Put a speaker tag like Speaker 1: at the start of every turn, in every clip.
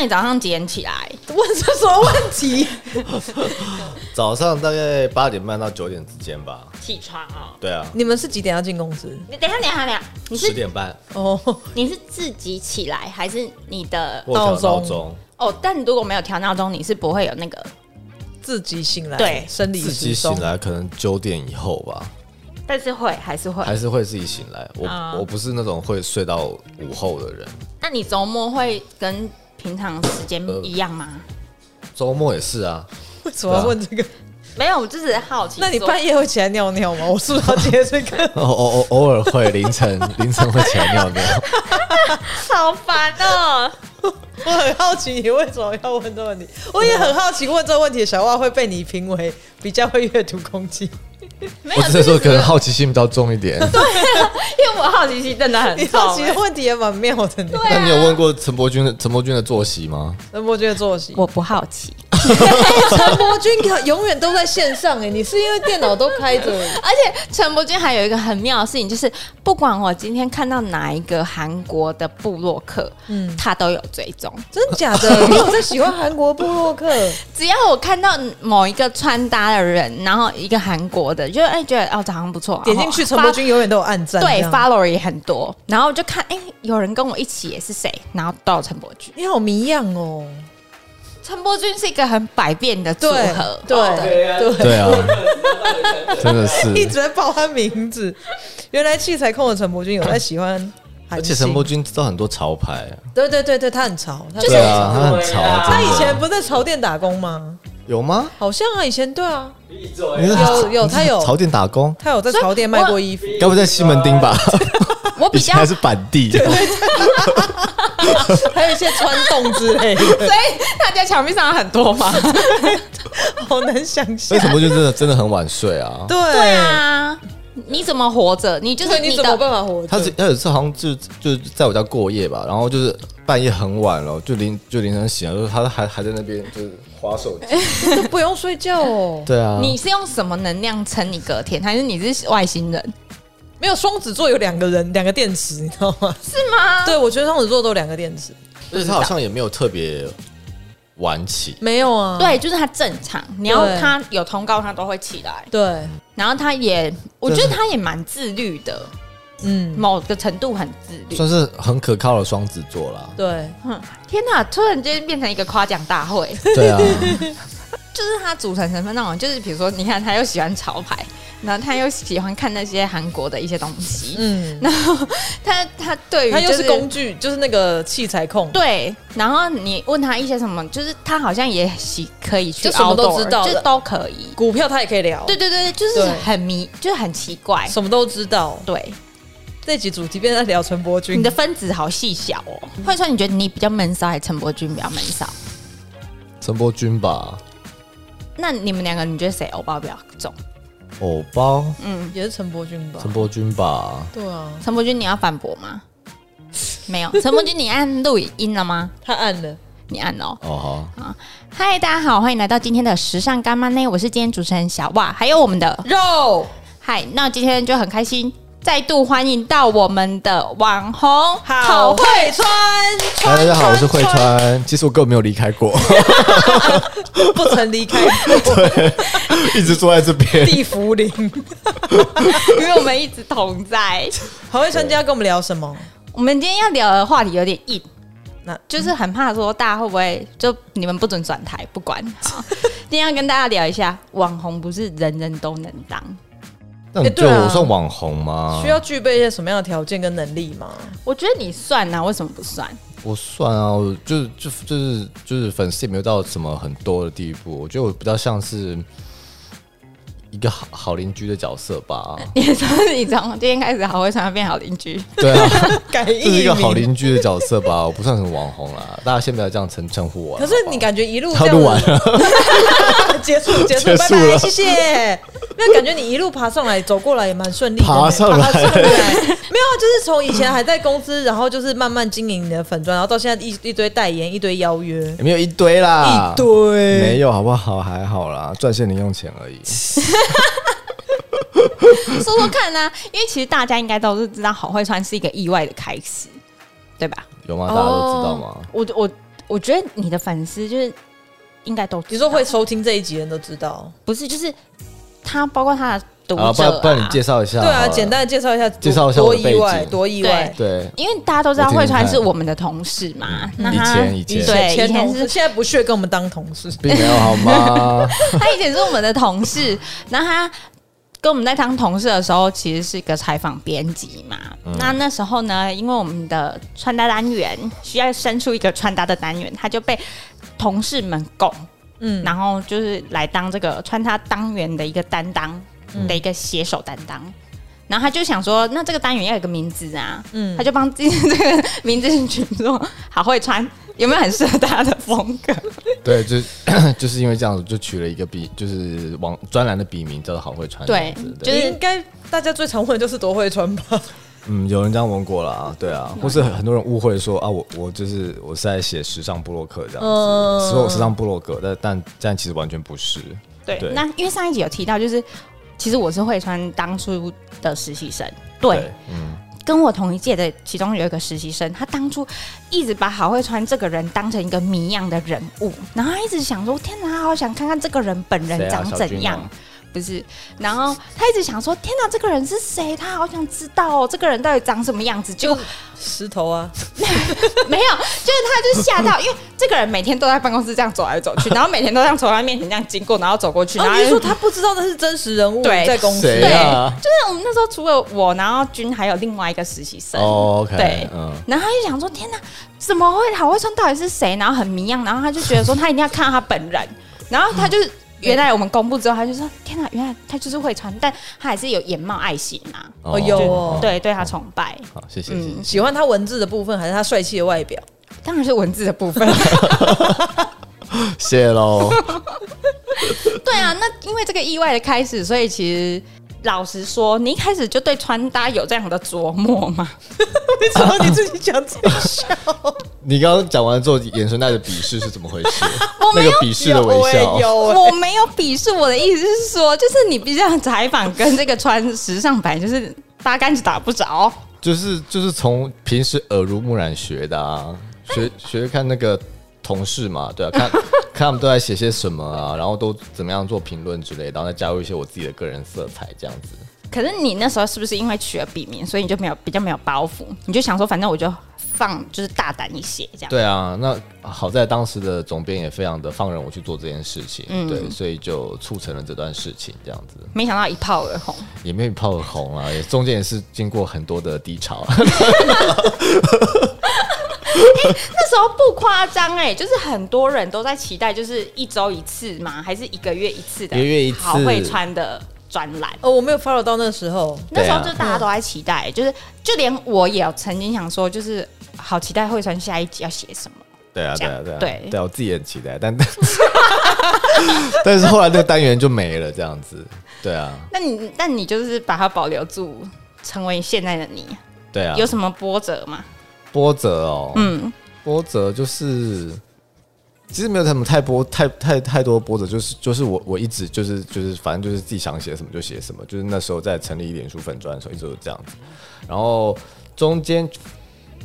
Speaker 1: 你早上几点起来？
Speaker 2: 问这什么问题？
Speaker 3: 早上大概八点半到九点之间吧。
Speaker 1: 起床哦。
Speaker 3: 对啊，
Speaker 2: 你们是几点要进公司？
Speaker 1: 你等一下，等一下，等一下，你
Speaker 3: 十
Speaker 1: 是
Speaker 3: 点半
Speaker 2: 哦，
Speaker 1: 你是自己起来还是你的？
Speaker 3: 我有调
Speaker 2: 闹
Speaker 3: 闹
Speaker 2: 钟
Speaker 3: 钟，
Speaker 1: 哦，但如果没有调闹钟，你是不会有那个。
Speaker 2: 自己醒来，
Speaker 1: 对
Speaker 2: 生理
Speaker 3: 自己
Speaker 2: 时
Speaker 3: 醒
Speaker 2: 钟。
Speaker 3: 来可能九点以后吧，
Speaker 1: 但是会还是会。
Speaker 3: 还是会自己醒来。我、
Speaker 1: 啊
Speaker 3: 我不是那种会睡到午后的人，
Speaker 1: 那你周末会跟平常时间一样吗？
Speaker 3: 呃周末也是啊。
Speaker 2: 为什么要问这个？
Speaker 1: 没有，我就只是好奇说。
Speaker 2: 那你半夜会起来尿尿吗？我是不是要接这个？
Speaker 3: 偶偶哦偶尔会 凌晨凌晨会起来尿尿，
Speaker 1: 好烦 哦、
Speaker 2: 我很好奇你为什么要问这个问题，我也很好奇问这个问题的小袜会被你评为比较会阅读空 气。
Speaker 1: 没
Speaker 3: 我
Speaker 1: 有，
Speaker 3: 只是说可
Speaker 1: 因
Speaker 3: 能好奇心比较重 一点。
Speaker 2: 啊
Speaker 1: 为我好奇心真的很
Speaker 2: 你
Speaker 1: 重、
Speaker 2: 好奇的
Speaker 1: 欸
Speaker 2: 问题也蛮妙的呢。
Speaker 3: 那你有问过陈伯君的陈伯君的作息吗？
Speaker 2: 陈伯君的作息，
Speaker 1: 我不好奇，
Speaker 2: 哎陈伯君可永远都在线上哎，你是因为电脑都开着，
Speaker 1: 而且陈伯君还有一个很妙的事情，就是不管我今天看到哪一个韩国的部落客，嗯，他都有追踪。
Speaker 2: 真假 的？你有在喜欢韩国部落客？
Speaker 1: 只要我看到某一个穿搭的人，然后一个韩国的，就哎、觉得哦长得不错，
Speaker 2: 点进去，陈伯君永远都有暗赞。
Speaker 1: 然后
Speaker 2: 这
Speaker 1: 对
Speaker 2: 样
Speaker 1: follower 也很多，然后我就看哎、有人跟我一起也是谁，然后到陈伯君。
Speaker 2: 你好迷样哦。
Speaker 1: 陈伯君是一个很百变的组合，哦
Speaker 2: 对哦对
Speaker 3: 对啊， 真的是。
Speaker 2: 一直在报他名字。原来器材控的陈伯君有在喜欢韩
Speaker 3: 而
Speaker 2: 信，
Speaker 3: 且陈伯君知道很多潮牌，
Speaker 2: 对对对对，他很潮，他
Speaker 3: 对啊，他很潮，
Speaker 2: 他
Speaker 3: 真
Speaker 2: 以
Speaker 3: 的
Speaker 2: 前不在潮店打工吗？
Speaker 3: 有吗？
Speaker 2: 好像啊，以前对啊，
Speaker 3: 你是
Speaker 2: 有有他有
Speaker 3: 潮店打工，
Speaker 2: 他有在潮店卖过衣服。
Speaker 3: 该不会在西门町吧？
Speaker 1: 我比
Speaker 3: 以前
Speaker 1: 较
Speaker 3: 还 是板地，
Speaker 2: 还有一些穿洞之类的，
Speaker 1: 所以大家墙壁上有很多嘛。
Speaker 2: 好难想
Speaker 3: 所
Speaker 2: 象
Speaker 3: 以。陈伯君真的真的很晚睡啊。
Speaker 2: 对
Speaker 1: 对，啊，你怎么活着？你就
Speaker 2: 就是
Speaker 1: 是
Speaker 2: 你
Speaker 1: 你
Speaker 2: 怎么
Speaker 1: 的。
Speaker 2: 办法活着？
Speaker 3: 他是他有一次好像就就在我家过夜吧，然后就是半夜很晚了，就凌就凌晨醒了，就是他还还在那边就是划手机。
Speaker 2: 都 不用睡觉哦。
Speaker 3: 对啊，
Speaker 1: 你是用什么能量撑你隔天，还是你是外星人？
Speaker 2: 没有双子座有两个人，两个电池，你知道吗？
Speaker 1: 是吗？
Speaker 2: 对，我觉得双子座都有两个电池。
Speaker 3: 而且他好像也没有特别晚起，
Speaker 2: 没有啊，
Speaker 1: 对，就是他正常，你要
Speaker 2: 对
Speaker 1: 他有通告，他都会起来。
Speaker 2: 对，
Speaker 1: 然后他也，我觉
Speaker 3: 真
Speaker 1: 得
Speaker 3: 的
Speaker 1: 他也蛮自律的，
Speaker 2: 嗯，
Speaker 1: 某个程度很自律。
Speaker 3: 算是很可靠的双子座啦。
Speaker 2: 对，
Speaker 1: 哼，天哪！突然间变成一个夸奖大会，
Speaker 3: 对啊，
Speaker 1: 就是他组成成分那种，就是比如说，你看他又喜欢潮牌，然后他又喜欢看那些韩国的一些东西，
Speaker 2: 嗯，
Speaker 1: 然后他他对于、
Speaker 2: 他
Speaker 1: 就
Speaker 2: 又
Speaker 1: 是
Speaker 2: 是工具，就是那个器材控，
Speaker 1: 对，然后你问他一些什么，就是他好像也喜可以去 outdoor,
Speaker 2: 就什么都知道了
Speaker 1: 就都可以。
Speaker 2: 股票他也可以聊，
Speaker 1: 对对对，就是
Speaker 2: 对
Speaker 1: 很迷，就是很奇怪。
Speaker 2: 什么都知道。
Speaker 1: 对，
Speaker 2: 这集主题变成在聊陈伯君，
Speaker 1: 你的分子好细小哦。或者说，你觉得你比较闷骚，还是陈柏君比较闷骚？
Speaker 3: 陈伯君吧，
Speaker 1: 那你们两个，你觉得谁欧包比较重？
Speaker 3: 偶包，
Speaker 1: 嗯，
Speaker 2: 也是陈伯君吧
Speaker 3: 陈？伯君吧，
Speaker 2: 对啊，
Speaker 1: 陈柏君，你要反驳 吗？没有，陈柏君，你按录音了吗？
Speaker 2: 他按了，
Speaker 1: 你按了哦。
Speaker 3: 哦好，
Speaker 1: 嗨，大家好，欢迎来到今天的时尚干妈呢，我是今天主持人小袜，还有我们的
Speaker 2: 肉
Speaker 1: 嗨，那今天就很开心，再度欢迎到我们的网红
Speaker 2: 好会穿，
Speaker 3: 嗨，大家好，我是慧
Speaker 2: 穿，
Speaker 3: 川，其实我根本没有离开过，
Speaker 2: 不曾离 开
Speaker 3: 一直坐在这边。
Speaker 2: 地茯苓。
Speaker 1: 因为我们一直同在。
Speaker 2: 好会穿，今天要跟我们聊什么？
Speaker 1: 我们今天要聊的话题有点硬，
Speaker 2: 那
Speaker 1: 就是很怕说大家会不会就你们不准转台，不
Speaker 2: 嗯
Speaker 1: 管。好今天要跟大家聊一下，网红不是人人都能当。
Speaker 3: 那你
Speaker 2: 欸
Speaker 3: 觉
Speaker 2: 对啊
Speaker 3: 得我算网红吗？
Speaker 2: 需要具备一些什么样的条件跟能力吗？
Speaker 1: 我觉得你算呐、啊，为什么不算？
Speaker 3: 我算啊，我就就就是就是粉丝也没有到什么很多的地步，我觉得我比较像是一个好好邻居的角色 吧。
Speaker 1: 也就是你从今天开始好会穿变好邻居，
Speaker 3: 对 啊，
Speaker 2: 改
Speaker 3: 这是
Speaker 2: 艺
Speaker 3: 一个好
Speaker 2: 名。
Speaker 3: 邻居的角色吧，我不算什么网红啦，大家先不要这样称称呼我啦。
Speaker 2: 可是你感觉一路这
Speaker 3: 他
Speaker 2: 样
Speaker 3: 啊录完
Speaker 2: 子， 结束结束，
Speaker 3: 结
Speaker 2: 拜
Speaker 3: 束
Speaker 2: 拜，
Speaker 3: 了
Speaker 2: 谢谢。那感觉你一路爬上来，走过来也蛮顺利的呢，
Speaker 3: 爬上来
Speaker 2: 爬上来没有啊，就是从以前还在公司，然后就是慢慢经营你的粉砖，然后到现在一一堆代言，一堆邀约，
Speaker 3: 有没有一堆啦？
Speaker 2: 一堆
Speaker 3: 没有好不好？还好啦，赚些零用钱而已。
Speaker 1: 说说看啊，因为其实大家应该都是知道好会穿是一个意外的开始，对吧？
Speaker 2: 哦
Speaker 3: 有吗？大家都知道吗？
Speaker 1: 我我我觉得你的粉丝就是应该都知道
Speaker 2: 你说会收听这一集的人都知道，
Speaker 1: 不是就是他，包括他的读者、
Speaker 3: 好，
Speaker 1: 啊，
Speaker 3: 不然不然你介绍一下
Speaker 2: 哦
Speaker 3: 好
Speaker 2: 对
Speaker 3: 了，
Speaker 2: 啊，简单的介绍一下多，
Speaker 3: 介绍一下我
Speaker 2: 多
Speaker 3: 的背
Speaker 2: 意外，
Speaker 3: 景
Speaker 2: 多意外。
Speaker 3: 对，
Speaker 1: 因为大家都知道
Speaker 3: 我听
Speaker 1: 慧
Speaker 3: 听看
Speaker 1: 川是我们的同事嘛，那
Speaker 3: 以
Speaker 1: 他
Speaker 3: 前以前
Speaker 1: 对以前
Speaker 2: 同事
Speaker 1: 是
Speaker 2: 现在不屑跟我们当同事，
Speaker 3: 并没有好吗？
Speaker 1: 他以前是我们的同事，那他跟我们在当同事的时候，其实是一个采访编辑嘛。那那时候呢，因为我们的穿搭单元需要生出一个穿搭的单元，他就被同事们拱，嗯，然后就是来当这个穿搭单元的一个担当的一个写手担当。然后他就想说，那这个单元要有一个名字啊，嗯，他就帮自己这个名字取说好会穿，有没有很适合他的风格？
Speaker 3: 对，就 就是因为这样子，就取了一个笔，就是网专栏的笔名叫做“好会穿”。
Speaker 1: 对
Speaker 3: 这样子
Speaker 1: 就
Speaker 3: 对，
Speaker 1: 是
Speaker 2: 应该大家最常问的就是多会穿吧？
Speaker 3: 嗯，有人这样问过了啊，对啊，或是很多人误会说啊，我我就是我是在写时尚部落客这样
Speaker 1: 嗯
Speaker 3: 子，所有时尚部落格，但但但其实完全不是。
Speaker 1: 对，
Speaker 3: 对
Speaker 1: 那因为上一集有提到，就是其实我是会川当初的实习生，对，，
Speaker 3: 嗯，
Speaker 1: 跟我同一届的其中有一个实习生，他当初一直把郝慧川这个人当成一个谜样的人物，然后他一直想说，天哪，他好想看看这个人本人
Speaker 3: 谁啊
Speaker 1: 长
Speaker 3: 小
Speaker 1: 怎
Speaker 3: 军
Speaker 1: 样
Speaker 3: 吗。
Speaker 1: 不是，然后他一直想说：“天哪，这个人是谁？他好想知道哦，这个人到底长什么样子？”结果
Speaker 2: 石头啊，
Speaker 1: 没有，就是他就吓到，因为这个人每天都在办公室这样走来 走去，然后每天都这样从他面前这样经过，然后走过
Speaker 3: 哦
Speaker 1: 去，然
Speaker 2: 然
Speaker 1: 后
Speaker 2: 后
Speaker 1: 就
Speaker 2: 哦你说他不知道那是真实人物
Speaker 1: 对
Speaker 2: 在公司，
Speaker 3: 谁啊？
Speaker 1: 就是我们那时候除了我，然后君还有另外一个实习生。
Speaker 3: 哦，OK，
Speaker 1: 对
Speaker 3: 嗯，
Speaker 1: 然后他就想说：“天哪，怎么会郝慧川到底是谁？”然后很迷样，然后他就觉得说他一定要看到他本人。然后他就原来我们公布之后，他就说：“天哪，原来他就是慧川，但他还是有眼冒爱心啊，
Speaker 2: 哦有哦
Speaker 1: 对，对他崇拜。
Speaker 3: 好，谢谢，谢
Speaker 1: 嗯
Speaker 3: 谢。
Speaker 2: 喜欢他文字的部分还是他帅气的外表？
Speaker 1: 当然是文字的部分。
Speaker 3: 谢谢喽。
Speaker 1: 对啊，那因为这个意外的开始，所以其实老实说，你一开始就对穿搭有这样的琢磨吗？
Speaker 2: 为什哦么你自己讲自己笑？
Speaker 3: 你刚刚讲完之后，眼神带着鄙视是怎么回事？
Speaker 1: 我
Speaker 3: 那
Speaker 1: 没
Speaker 3: 个
Speaker 1: 有
Speaker 3: 鄙视的微笑
Speaker 2: 有，有欸
Speaker 1: 我没有鄙视，我的意思是说，就是你比较采访跟这个穿时尚版，就是八竿子打不着。
Speaker 3: 就是就是从平时耳濡目染学的啊，学学看那个同事嘛，对啊，看看他们都在写些什么啊，然后都怎么样做评论之类的，然后再加入一些我自己的个人色彩这样子。
Speaker 1: 可是你那时候是不是因为取了笔名，所以你就没有比较没有包袱，你就想说，反正我就放，就是大胆一些这样。
Speaker 3: 对啊，那好在当时的总编也非常的放任我去做这件事情，对，所以就促成了这段事情这样子，
Speaker 1: 没想到一炮而红，
Speaker 3: 也没有炮而红啊，也中间也是经过很多的低潮。
Speaker 1: 那时候不夸张哎，就是很多人都在期待，就是一周一次吗？还是一个月一次的？啊
Speaker 3: 一个月一次
Speaker 1: 好会穿的专栏。
Speaker 2: 哦，我没有 follow 到那时候，
Speaker 1: 那时候
Speaker 3: 对啊
Speaker 1: 就大家都在期待，就是就连我也有曾经想说，就是好期待慧川下一集要写什么。
Speaker 3: 对啊，
Speaker 1: 这
Speaker 3: 对
Speaker 1: 样
Speaker 3: 啊，对啊，
Speaker 1: 对
Speaker 3: 对啊，我自己也很期待，但 但是后来那个单元就没了，这样子，对啊，
Speaker 1: 那你但你就是把它保留住，成为现在的你，
Speaker 3: 对啊，
Speaker 1: 有什么波折吗？
Speaker 3: 波折哦，
Speaker 1: 嗯，
Speaker 3: 波折就是其实没有什么太波太太太多波折，就是就是我我一直就是就是反正就是自己想写什么就写什么，就是那时候在成立脸书粉专的时候一直都是这样子，然后中间。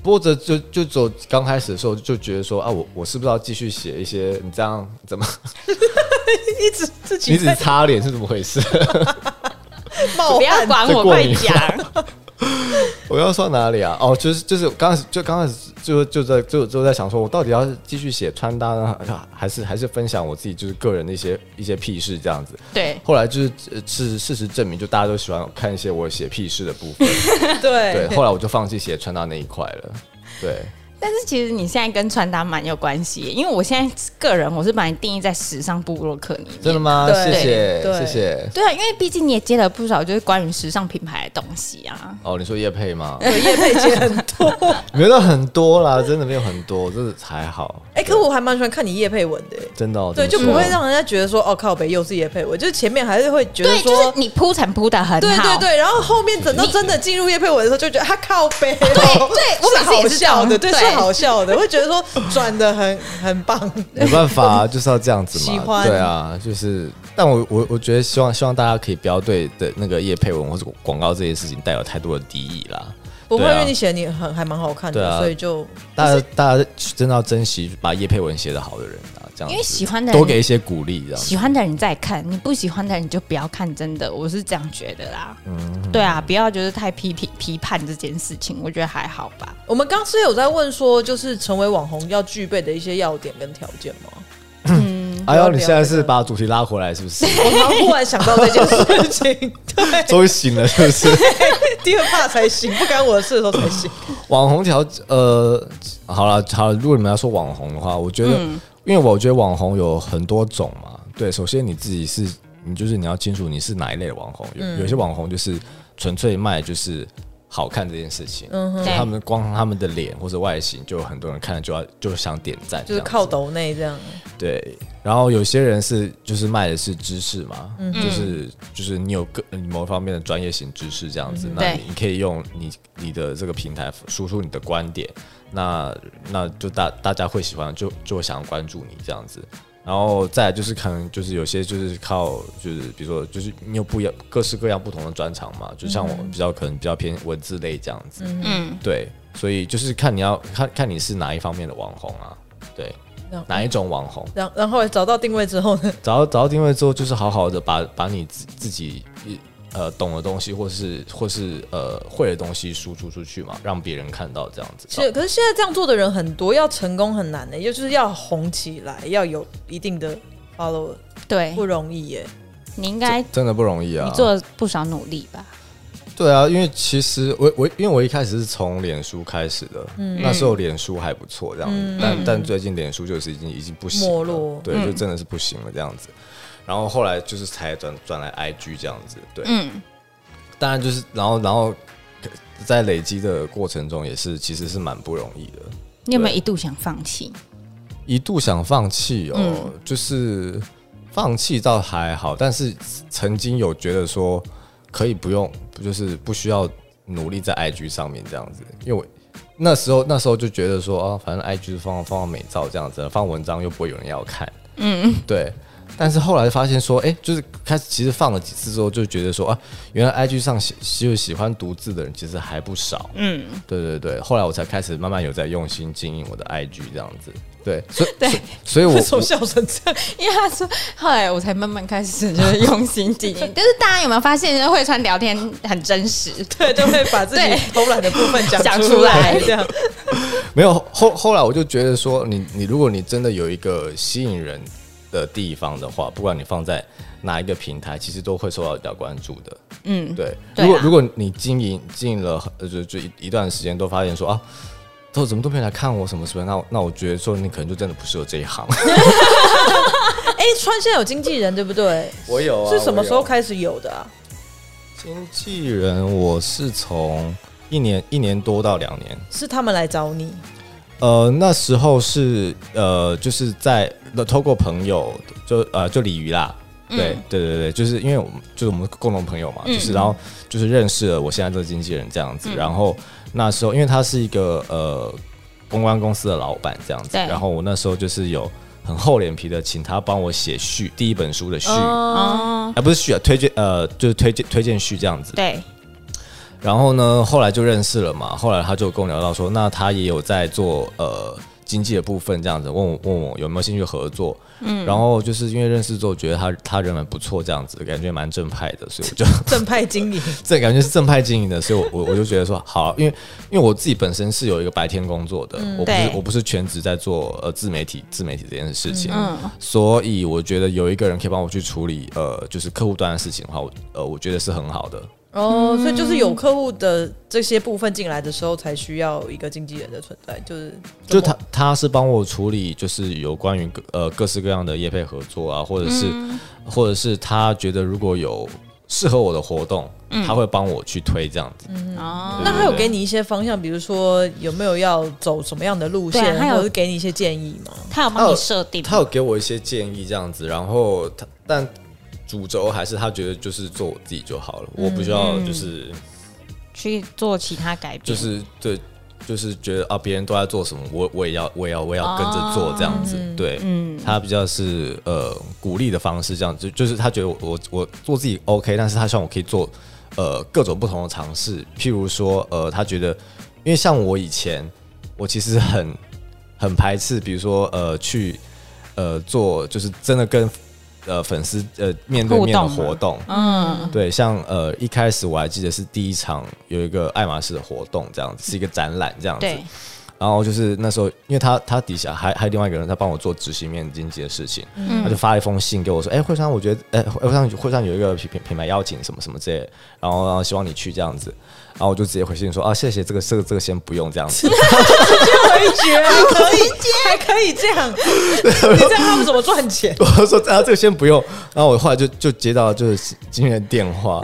Speaker 3: 波折就就走刚开始的时候就觉得说啊我我是不是要继续写一些你这样怎么
Speaker 2: 一直自
Speaker 3: 你
Speaker 2: 己
Speaker 3: 只
Speaker 2: 在
Speaker 3: 擦脸是怎么回事？
Speaker 2: 冒
Speaker 1: 不要
Speaker 2: 汗。
Speaker 1: 管我，
Speaker 3: 哦这过
Speaker 1: 快
Speaker 3: 敏
Speaker 1: 讲。
Speaker 3: 我要说哪里啊？哦，就是就是刚开始就刚开始就就在就就在想说，我到底要继续写穿搭呢，还是还是分享我自己就是个人的一些一些屁事这样子？
Speaker 1: 对，
Speaker 3: 后来就是呃事事实证明，就大家都喜欢看一些我写屁事的 部分。对，
Speaker 2: 对，
Speaker 3: 后来我就放弃写穿搭那一块了。对，
Speaker 1: 但是其实你现在跟穿搭蛮有关系，因为我现在个人我是把你定义在时尚部落客里面。
Speaker 3: 真的吗？
Speaker 2: 对
Speaker 3: 谢谢
Speaker 2: 对
Speaker 3: 谢谢。
Speaker 1: 对啊，因为毕竟你也接了不少就是关于时尚品牌的东西啊。
Speaker 3: 哦，你说叶配吗？
Speaker 2: 对，叶佩姐 很多。
Speaker 3: 没有到很多啦，真的没有很多，真的还好，
Speaker 2: 哎，可我还蛮喜欢看你叶佩文的欸，
Speaker 3: 真的哦、
Speaker 2: 对，就
Speaker 3: 真
Speaker 2: 不
Speaker 3: 的
Speaker 2: 会
Speaker 3: 是
Speaker 2: 让人家觉得说哦靠北又是叶佩文，就是前面还是会觉得
Speaker 1: 对，
Speaker 2: 说
Speaker 1: 就是你铺陈铺的很好。
Speaker 2: 对对对，然后后面等到
Speaker 1: 你
Speaker 2: 真的进入叶佩文的时候，就觉得他靠背， 对
Speaker 1: 对我每次也
Speaker 2: 好
Speaker 1: 是这样
Speaker 2: 笑的，对，
Speaker 1: 对
Speaker 2: 是好笑的，会觉得说转的很很棒。
Speaker 3: 没办法、啊，就是要这样子嘛。
Speaker 2: 喜欢
Speaker 3: 对啊，就是，但我我我觉得希望希望大家可以不要对的那个叶佩文或者广告这件事情带有太多的敌意啦。
Speaker 2: 不会，
Speaker 3: 对啊
Speaker 2: 因为你写得你很还蛮好看
Speaker 3: 对
Speaker 2: 的，
Speaker 3: 啊
Speaker 2: 所以就
Speaker 3: 大家大家真的要珍惜把叶佩文写的好的人啊，这样子
Speaker 1: 因为喜欢的人
Speaker 3: 多给一些鼓励，这样子
Speaker 1: 喜欢的人再看，你不喜欢的人就不要看，真的，我是这样觉得啦。嗯，对啊，不要就是太批评批判这件事情，我觉得还好吧。
Speaker 2: 我们刚是有在问说，就是成为网红要具备的一些要点跟条件吗？
Speaker 3: 哎
Speaker 2: 不
Speaker 3: 呦，
Speaker 2: 要
Speaker 3: 你现在是把主题拉回来是不 是？
Speaker 2: 我刚忽然想到这件事情，对，
Speaker 3: 终于醒了是不是？
Speaker 2: 第二怕才行，不干我的事的时候才行。
Speaker 3: 网红条呃，好了好了，如果你们要说网红的话，我觉得，
Speaker 2: 嗯
Speaker 3: 因为我觉得网红有很多种嘛。对，首先你自己是，你就是你要清楚你是哪一类的网红。有、
Speaker 2: 嗯
Speaker 3: 有些网红就是纯粹卖就是好看这件事情，
Speaker 2: 嗯
Speaker 1: 哼
Speaker 3: 就他们光他们的脸或者外形，就有很多人看了就要就想点赞，
Speaker 2: 就是
Speaker 3: 这样子
Speaker 2: 靠抖内这样，
Speaker 3: 对，然后有些人是就是卖的是知识嘛，
Speaker 1: 嗯
Speaker 3: 就是就是你有个你某方面的专业型知识这样子，那
Speaker 1: 对
Speaker 3: 你你可以用你你的这个平台输出你的观点，那那就大大家会喜欢，就就会想要关注你这样子。然后再来就是可能就是有些就是靠就是比如说就是你有不一样各式各样不同的专长嘛，就像我比较可能比较偏文字类这样子，
Speaker 1: 嗯，
Speaker 3: 对，所以就是看你要看看你是哪一方面的网红啊，对
Speaker 2: 那，
Speaker 3: 哪一种网红。
Speaker 2: 然然后找到定位之后呢，
Speaker 3: 找到找到定位之后，就是好好的把把你自自己呃懂的东西，或是或是呃会的东西输出出去嘛，让别人看到这样子。哦
Speaker 2: 其实可是现在这样做的人很多，要成功很难的、也就是要红起来，要有一定的 follow
Speaker 1: 对
Speaker 2: 不，容易耶、
Speaker 1: 你应该
Speaker 3: 真的不容易啊
Speaker 2: 啊
Speaker 1: 你做了不少努力吧？
Speaker 3: 对啊，因为其实我我因为我一开始是从脸书开始的，
Speaker 1: 嗯
Speaker 3: 那时候脸书还不错这样子，但但最近脸书就是已经已经不行了
Speaker 2: 没落
Speaker 1: 嗯
Speaker 3: 对，就真的是不行了这样子。然后后来就是才转转来 IG 这样子，对，
Speaker 1: 嗯，
Speaker 3: 当然就是然后然后在累积的过程中也是其实是蛮不容易的，
Speaker 1: 你有没有一度想放弃？
Speaker 3: 一度想放弃哦，就是放弃倒还好，但是曾经有觉得说可以不用，就是不需要努力在 IG 上面这样子，因为我那时候那时候就觉得说啊，反正 IG 放放美照这样子，放文章又不会有人要看，嗯，对。但是后来发现说，哎、就是开始其实放了几次之后，就觉得说啊，原来 IG 上喜就是喜欢读字的人其实还不少，嗯，对对对。后来我才开始慢慢有在用心经营我的 IG 这样子，对，所以
Speaker 1: 对，
Speaker 3: 所以 我
Speaker 2: 为什么笑成这样？
Speaker 1: 因为他说，后来我才慢慢开始 就是用心经营。但是大家有没有发现，会川聊天很真实？
Speaker 2: 对，就会把自己
Speaker 1: 对
Speaker 2: 偷懒的部分讲
Speaker 1: 讲
Speaker 2: 出
Speaker 1: 出
Speaker 2: 来，
Speaker 1: 来
Speaker 2: 这样
Speaker 3: 没有后后来我就觉得说，你你如果你真的有一个吸引人的地方的话，不管你放在哪一个平台，其实都会受到比较关注的。
Speaker 1: 嗯，
Speaker 3: 对，
Speaker 1: 对啊
Speaker 3: 如果如果你经营经营了呃就就一一段时间，都发现说啊。都怎么都没来看我什么什么，那我那我觉得说你可能就真的不适合这一行。
Speaker 2: 哎、川现在有经纪人对不对？
Speaker 3: 我有
Speaker 2: 是什么时候开始有的啊？
Speaker 3: 经纪人？我是从一年一年多到两年，
Speaker 2: 是他们来找你，
Speaker 3: 呃，那时候是呃，就是在呃透过朋友，就呃就鲤鱼啦，对、对对对，就是因为我们就是我们共同朋友嘛，就是然后就是认识了我现在这个经纪人这样子，然后那时候因为他是一个呃公关公司的老板这样子，
Speaker 1: 对
Speaker 3: 然后我那时候就是有很厚脸皮的请他帮我写序，第一本书的序，啊、
Speaker 2: 哦，
Speaker 1: 哦，
Speaker 3: 不是序啊，推荐呃就是推荐推荐序这样子，
Speaker 1: 对，
Speaker 3: 然后呢，后来就认识了嘛。后来他就跟我聊到说，那他也有在做呃经济的部分这样子，问我问我有没有兴趣合作。嗯，然后就是因为认识之后，觉得他他人蛮不错，这样子感觉蛮正派的，所以我就
Speaker 2: 正派经营，
Speaker 3: 这感觉是正派经营的，所以我我我就觉得说好，因为因为我自己本身是有一个白天工作的，我不是
Speaker 1: 嗯对
Speaker 3: 我不是全职在做呃自媒体自媒体这件事情，
Speaker 1: 嗯嗯
Speaker 3: 所以我觉得有一个人可以帮我去处理呃就是客户端的事情的话，我呃我觉得是很好的。
Speaker 2: 哦，所以就是
Speaker 1: 嗯
Speaker 2: 有客户的这些部分进来的时候，才需要一个经纪人的存在，就是
Speaker 3: 就他他是帮我处理，就是有关于各呃各式各样的业配合作啊，或者是、或者是他觉得如果有适合我的活动，他会帮我去推这样子。
Speaker 1: 哦，
Speaker 2: 那他有给你一些方向，比如说有没有要走什么样的路线，
Speaker 1: 对啊他有
Speaker 2: 或者是给你一些建议吗？
Speaker 1: 他有帮你设定，
Speaker 3: 他有给我一些建议这样子，然后他但主轴还是他觉得就是做我自己就好了，我不需要就是、
Speaker 1: 去做其他改变，
Speaker 3: 就是对。就是觉得啊，别人都在做什么，我我也要，我也要，我也要跟着做这样子。
Speaker 1: 哦嗯
Speaker 3: 对，他比较是呃鼓励的方式，这样就就是他觉得我我我做自己 OK，但是他希望我可以做呃各种不同的尝试，譬如说呃，他觉得，因为像我以前，我其实很很排斥，比如说呃去呃做就是真的跟呃粉丝呃面对面的
Speaker 1: 互动吗
Speaker 3: 活动，
Speaker 1: 嗯，
Speaker 3: 对，像呃一开始我还记得是第一场有一个爱马仕的活动，这样子是一个展览这样子，
Speaker 1: 对，
Speaker 3: 然后就是那时候，因为他他底下还还有另外一个人，他帮我做执行面经济的事情，他就发了一封信给我说，哎、惠山，我觉得，哎、惠山惠山有一个品品品牌邀请什么什么之类的，然后然后希望你去这样子，然后我就直接回信说啊，谢谢，这个这个这个先不用这样子，
Speaker 2: 回绝还可以，还可以这样，你这样他们怎么赚钱？
Speaker 3: 我就说啊，这个先不用，然后我后来就就接到就是经纪人电话，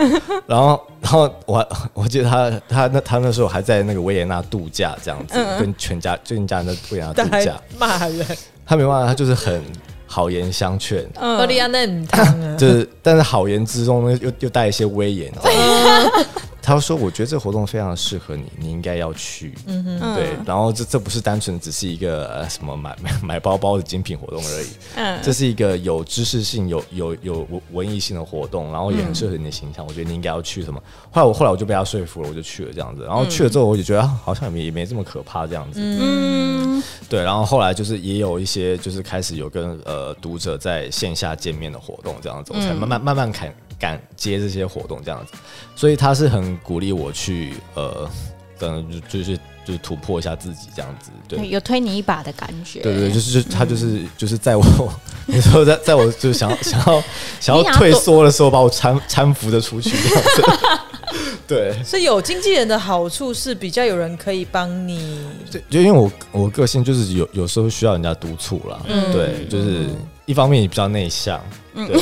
Speaker 3: 然后然后我还我记得他他那他那时候还在那个维也纳度假这样子，跟全家最近家人在维也纳度
Speaker 2: 但还
Speaker 3: 假，
Speaker 2: 骂人，
Speaker 3: 他没办法，他就是很好言相劝。
Speaker 2: 奥利亚那唔汤啊，
Speaker 3: 就是，但是好言之中呢，又又带一些威 严。这样他说：“我觉得这个活动非常适合你，你应该要去。”嗯哼，对。然后这这不是单纯只是一个、呃、什么买买 买包包的精品活动而已，
Speaker 1: 嗯
Speaker 3: 这是一个有知识性、有有有文文艺性的活动，然后也很适合你的形象。我觉得你应该要去什么。后来我后来我就被他说服了，我就去了这样子。然后去了之后，我就觉得、啊、好像也没也没这么可怕这样子。
Speaker 1: 嗯，
Speaker 3: 对，然后后来就是也有一些就是开始有跟呃读者在线下见面的活动这样子，我才慢慢慢慢敢敢接这些活动这样子，所以他是很鼓励我去呃，等就就是就是突破一下自己这样子，对。
Speaker 1: 有推你一把的感觉，
Speaker 3: 对对，对就是就他就是、就是在我， 你说在在我就想要想要想要
Speaker 1: 你想要
Speaker 3: 退
Speaker 1: 躲
Speaker 3: 缩的时候，把我搀搀扶着出去这样子。 对，
Speaker 2: 所以有经纪人的好处是比较有人可以帮你，
Speaker 3: 对，就因为我我个性就是有有时候需要人家督促啦，对，就是一方面你比较内向，对，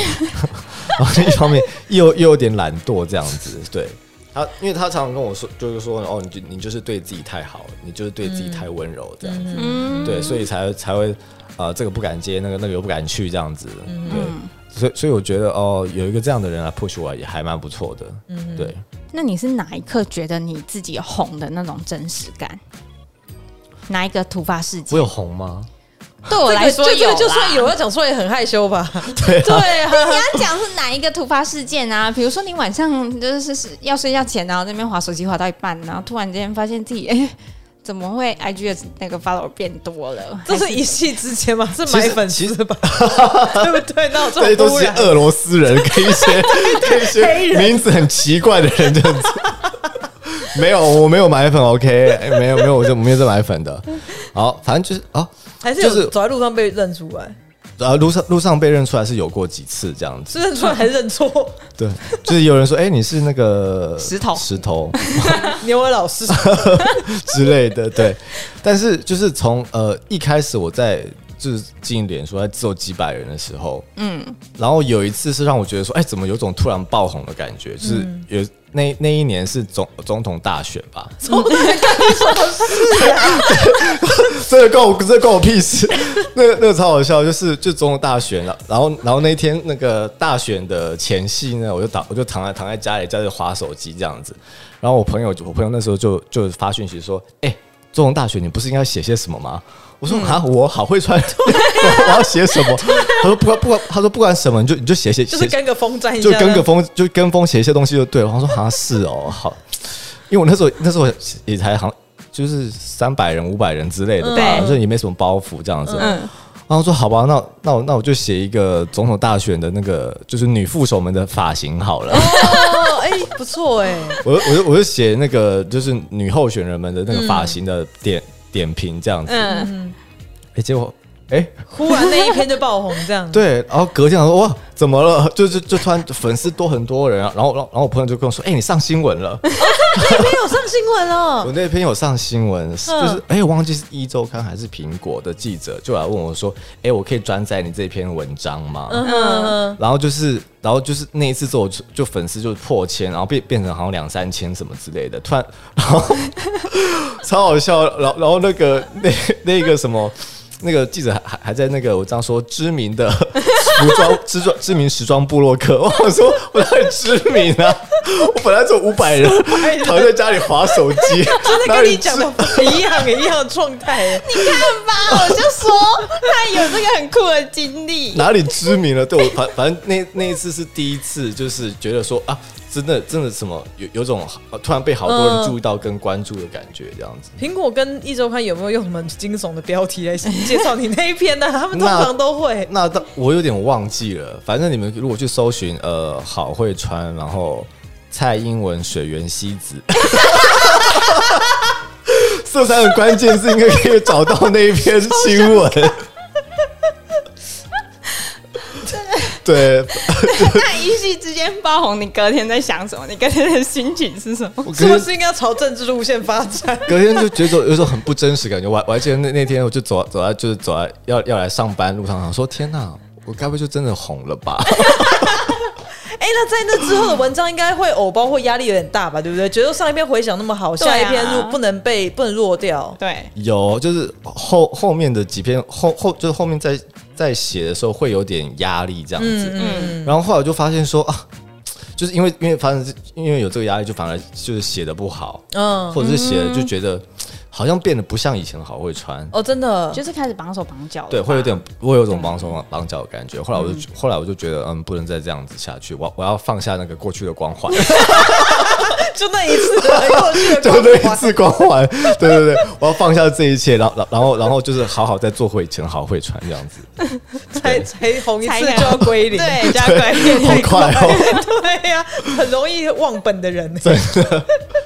Speaker 3: 然后一方面又又有点懒惰这样子，对。他因为他常常跟我说，就是说哦，你就你就是对自己太好了，你就是对自己太温柔这样子，
Speaker 1: 嗯，
Speaker 3: 对，所以才会才会啊、呃这个不敢接，那个那个又不敢去这样子，对，所以所以我觉得哦，有一个这样的人来 push 我也还蛮不错的，对。
Speaker 1: 那你是哪一刻觉得你自己红的那种真实感？哪一个突发事
Speaker 3: 我
Speaker 1: 件？
Speaker 3: 有红吗？
Speaker 1: 对我来说
Speaker 2: 这个就
Speaker 1: 有
Speaker 2: 这个就
Speaker 1: 啦，
Speaker 2: 算有要讲出来也很害羞吧？
Speaker 3: 对 啊
Speaker 2: 对啊，
Speaker 1: 你要讲是哪一个突发事件啊？比如说你晚上就是是要睡觉前，然后那边划手机划到一半，然后突然间发现自己哎、怎么会 IG 的那个 follow 变多 了？
Speaker 2: 这是一夕之间吗？是
Speaker 3: 其
Speaker 2: 买
Speaker 3: 实
Speaker 2: 粉
Speaker 3: 其
Speaker 2: 丝吧？ 对不对？那我
Speaker 3: 这些
Speaker 2: 这
Speaker 3: 都
Speaker 2: 种
Speaker 3: 是
Speaker 2: 污
Speaker 3: 些
Speaker 2: 染，
Speaker 3: 俄罗斯人 跟一些跟一些名字很奇怪的人这样子。 没有，我没有买粉，OK，哎没有没有，我就没有在买粉的。好，反正就是啊，
Speaker 2: 还是
Speaker 3: 就
Speaker 2: 有
Speaker 3: 是
Speaker 2: 走在路上被认出来？
Speaker 3: 呃，路上路上被认出来是有过几次这样子，
Speaker 2: 是认出来还是认错？
Speaker 3: 对，就是有人说，哎、你是那个
Speaker 1: 石头
Speaker 3: 石头啊
Speaker 2: 牛尾老师，
Speaker 3: 之类的， 对。但是就是从呃一开始我在就是经营脸书，还只有几百人的时候，
Speaker 1: 嗯，
Speaker 3: 然后有一次是让我觉得说，哎、怎么有种突然爆红的感觉？就是有、那那一年是总总统大选吧？
Speaker 2: 从来干你什么事啊？
Speaker 3: 这个关我这个关我屁事。 那个那个超好笑，就是就总统大选了，然后然后那一天那个大选的前夕呢，我就躺我就躺在躺在家里家里划手机这样子，然后我朋友就我朋友那时候就就发讯息说，哎、总统大选你不是应该写些什么吗？
Speaker 2: 嗯
Speaker 3: 我说啊，我好会穿， 我要写什么？他说不管不管，他说不管什么，你就你就写写，
Speaker 2: 就
Speaker 3: 写
Speaker 2: 是跟个风站一下，
Speaker 3: 就跟个风，就跟风写一些东西就对了。我说好像是哦，好，因为我那时候那时候也才好像就是三百人、五百人之类的吧，
Speaker 1: 对
Speaker 3: 就也没什么包袱这样子。
Speaker 1: 嗯
Speaker 3: 然后我说好吧，那那我那我就写一个总统大选的那个就是女副手们的发型好 了。
Speaker 2: 哦，哎，不错哎，
Speaker 3: 我就我就我就写那个就是女候选人们的那个发型的点、点评这样子。哎、
Speaker 1: 嗯，
Speaker 3: 结果哎。
Speaker 2: 忽然那一篇就爆红，这样
Speaker 3: 对，然后隔天我说哇，怎么了？就就就突然粉丝多很多人啊，然后然后然后我朋友就跟我说，哎、你上新闻了。
Speaker 1: 啊哎
Speaker 2: 那篇有上新闻哦。
Speaker 3: 我那篇有上新闻，就是哎、我忘记是一周刊还是苹果的记者就来问我说，哎、我可以转载你这篇文章吗？
Speaker 2: 嗯，
Speaker 3: 然后就是，然后就是那一次之后，就就粉丝就是破千，然后变变成好像两三千什么之类的，突然，然后 超好笑，然后然后那个 那那个什么。那个记者还还还在那个我这样说知名的 服装知装知名时装部落客，我说我哪里知名啊？我本来就五百人，躺在家里划手机，
Speaker 2: 真的
Speaker 3: 哪
Speaker 2: 跟你
Speaker 3: 里
Speaker 2: 讲
Speaker 3: 知啊
Speaker 2: 的不一样一样的状态，
Speaker 1: 看吧，我就说他有这个很酷的经历。
Speaker 3: 哪里知名了？对我反反正那那一次是第一次，就是觉得说啊，真的真的什么有有种呃突然被好多人注意到跟关注的感觉，这样子。
Speaker 2: 苹果跟一周刊有没有用什么惊悚的标题来介绍你那一篇呢、他们通常都会。
Speaker 3: 那到我有点忘记了，反正你们如果去搜寻呃好会穿，然后蔡英文水原希子， 这三个关键字应该可以找到那一篇新 闻。对，
Speaker 1: 那一夕之间爆红，你隔天在想什么？你隔天的心情是什么？
Speaker 3: 我
Speaker 2: 是不
Speaker 3: 隔天
Speaker 2: 是应该朝政治路线发展？
Speaker 3: 隔天就觉得有一种很不真实感觉。我 还我还记得那那天我就走走在就是走在要要来上班路上，想说天哪，我该不会就真的红了吧？
Speaker 2: 哎、那在那之后的文章应该会偶包或压力有点大吧，对不对？觉得上一篇回响那么好，
Speaker 1: 对啊
Speaker 2: 下一篇如果不能被不能弱掉，
Speaker 1: 对，
Speaker 3: 有，就是后后面的几篇后后就是后面在在写的时候会有点压力这样子，
Speaker 1: 嗯
Speaker 3: 然后后来我就发现说啊，就是因为因为反正是因为有这个压力，就反而就是写的不好，
Speaker 2: 嗯，
Speaker 1: 哦
Speaker 3: 或者是写的就觉得好像变得不像以前好会穿，
Speaker 2: 哦，真的，
Speaker 1: 就是开始绑手绑脚了吧，
Speaker 3: 对，会有点会有种绑手绑绑脚的感觉。后来我就、后来我就觉得嗯，不能再这样子下去，我我要放下那个过去的光环。
Speaker 2: 就那一次而已，过去 的
Speaker 3: 就那
Speaker 2: 光
Speaker 3: 一
Speaker 2: 环。
Speaker 3: 次光环，对对对，我要放下这一切，然后然后然后就是好好再做回以前好会穿这样子，
Speaker 2: 才才红一
Speaker 1: 才
Speaker 2: 次就要归零，
Speaker 1: 对，加 归
Speaker 3: 好快哦，
Speaker 2: 对呀、很容易忘本的人，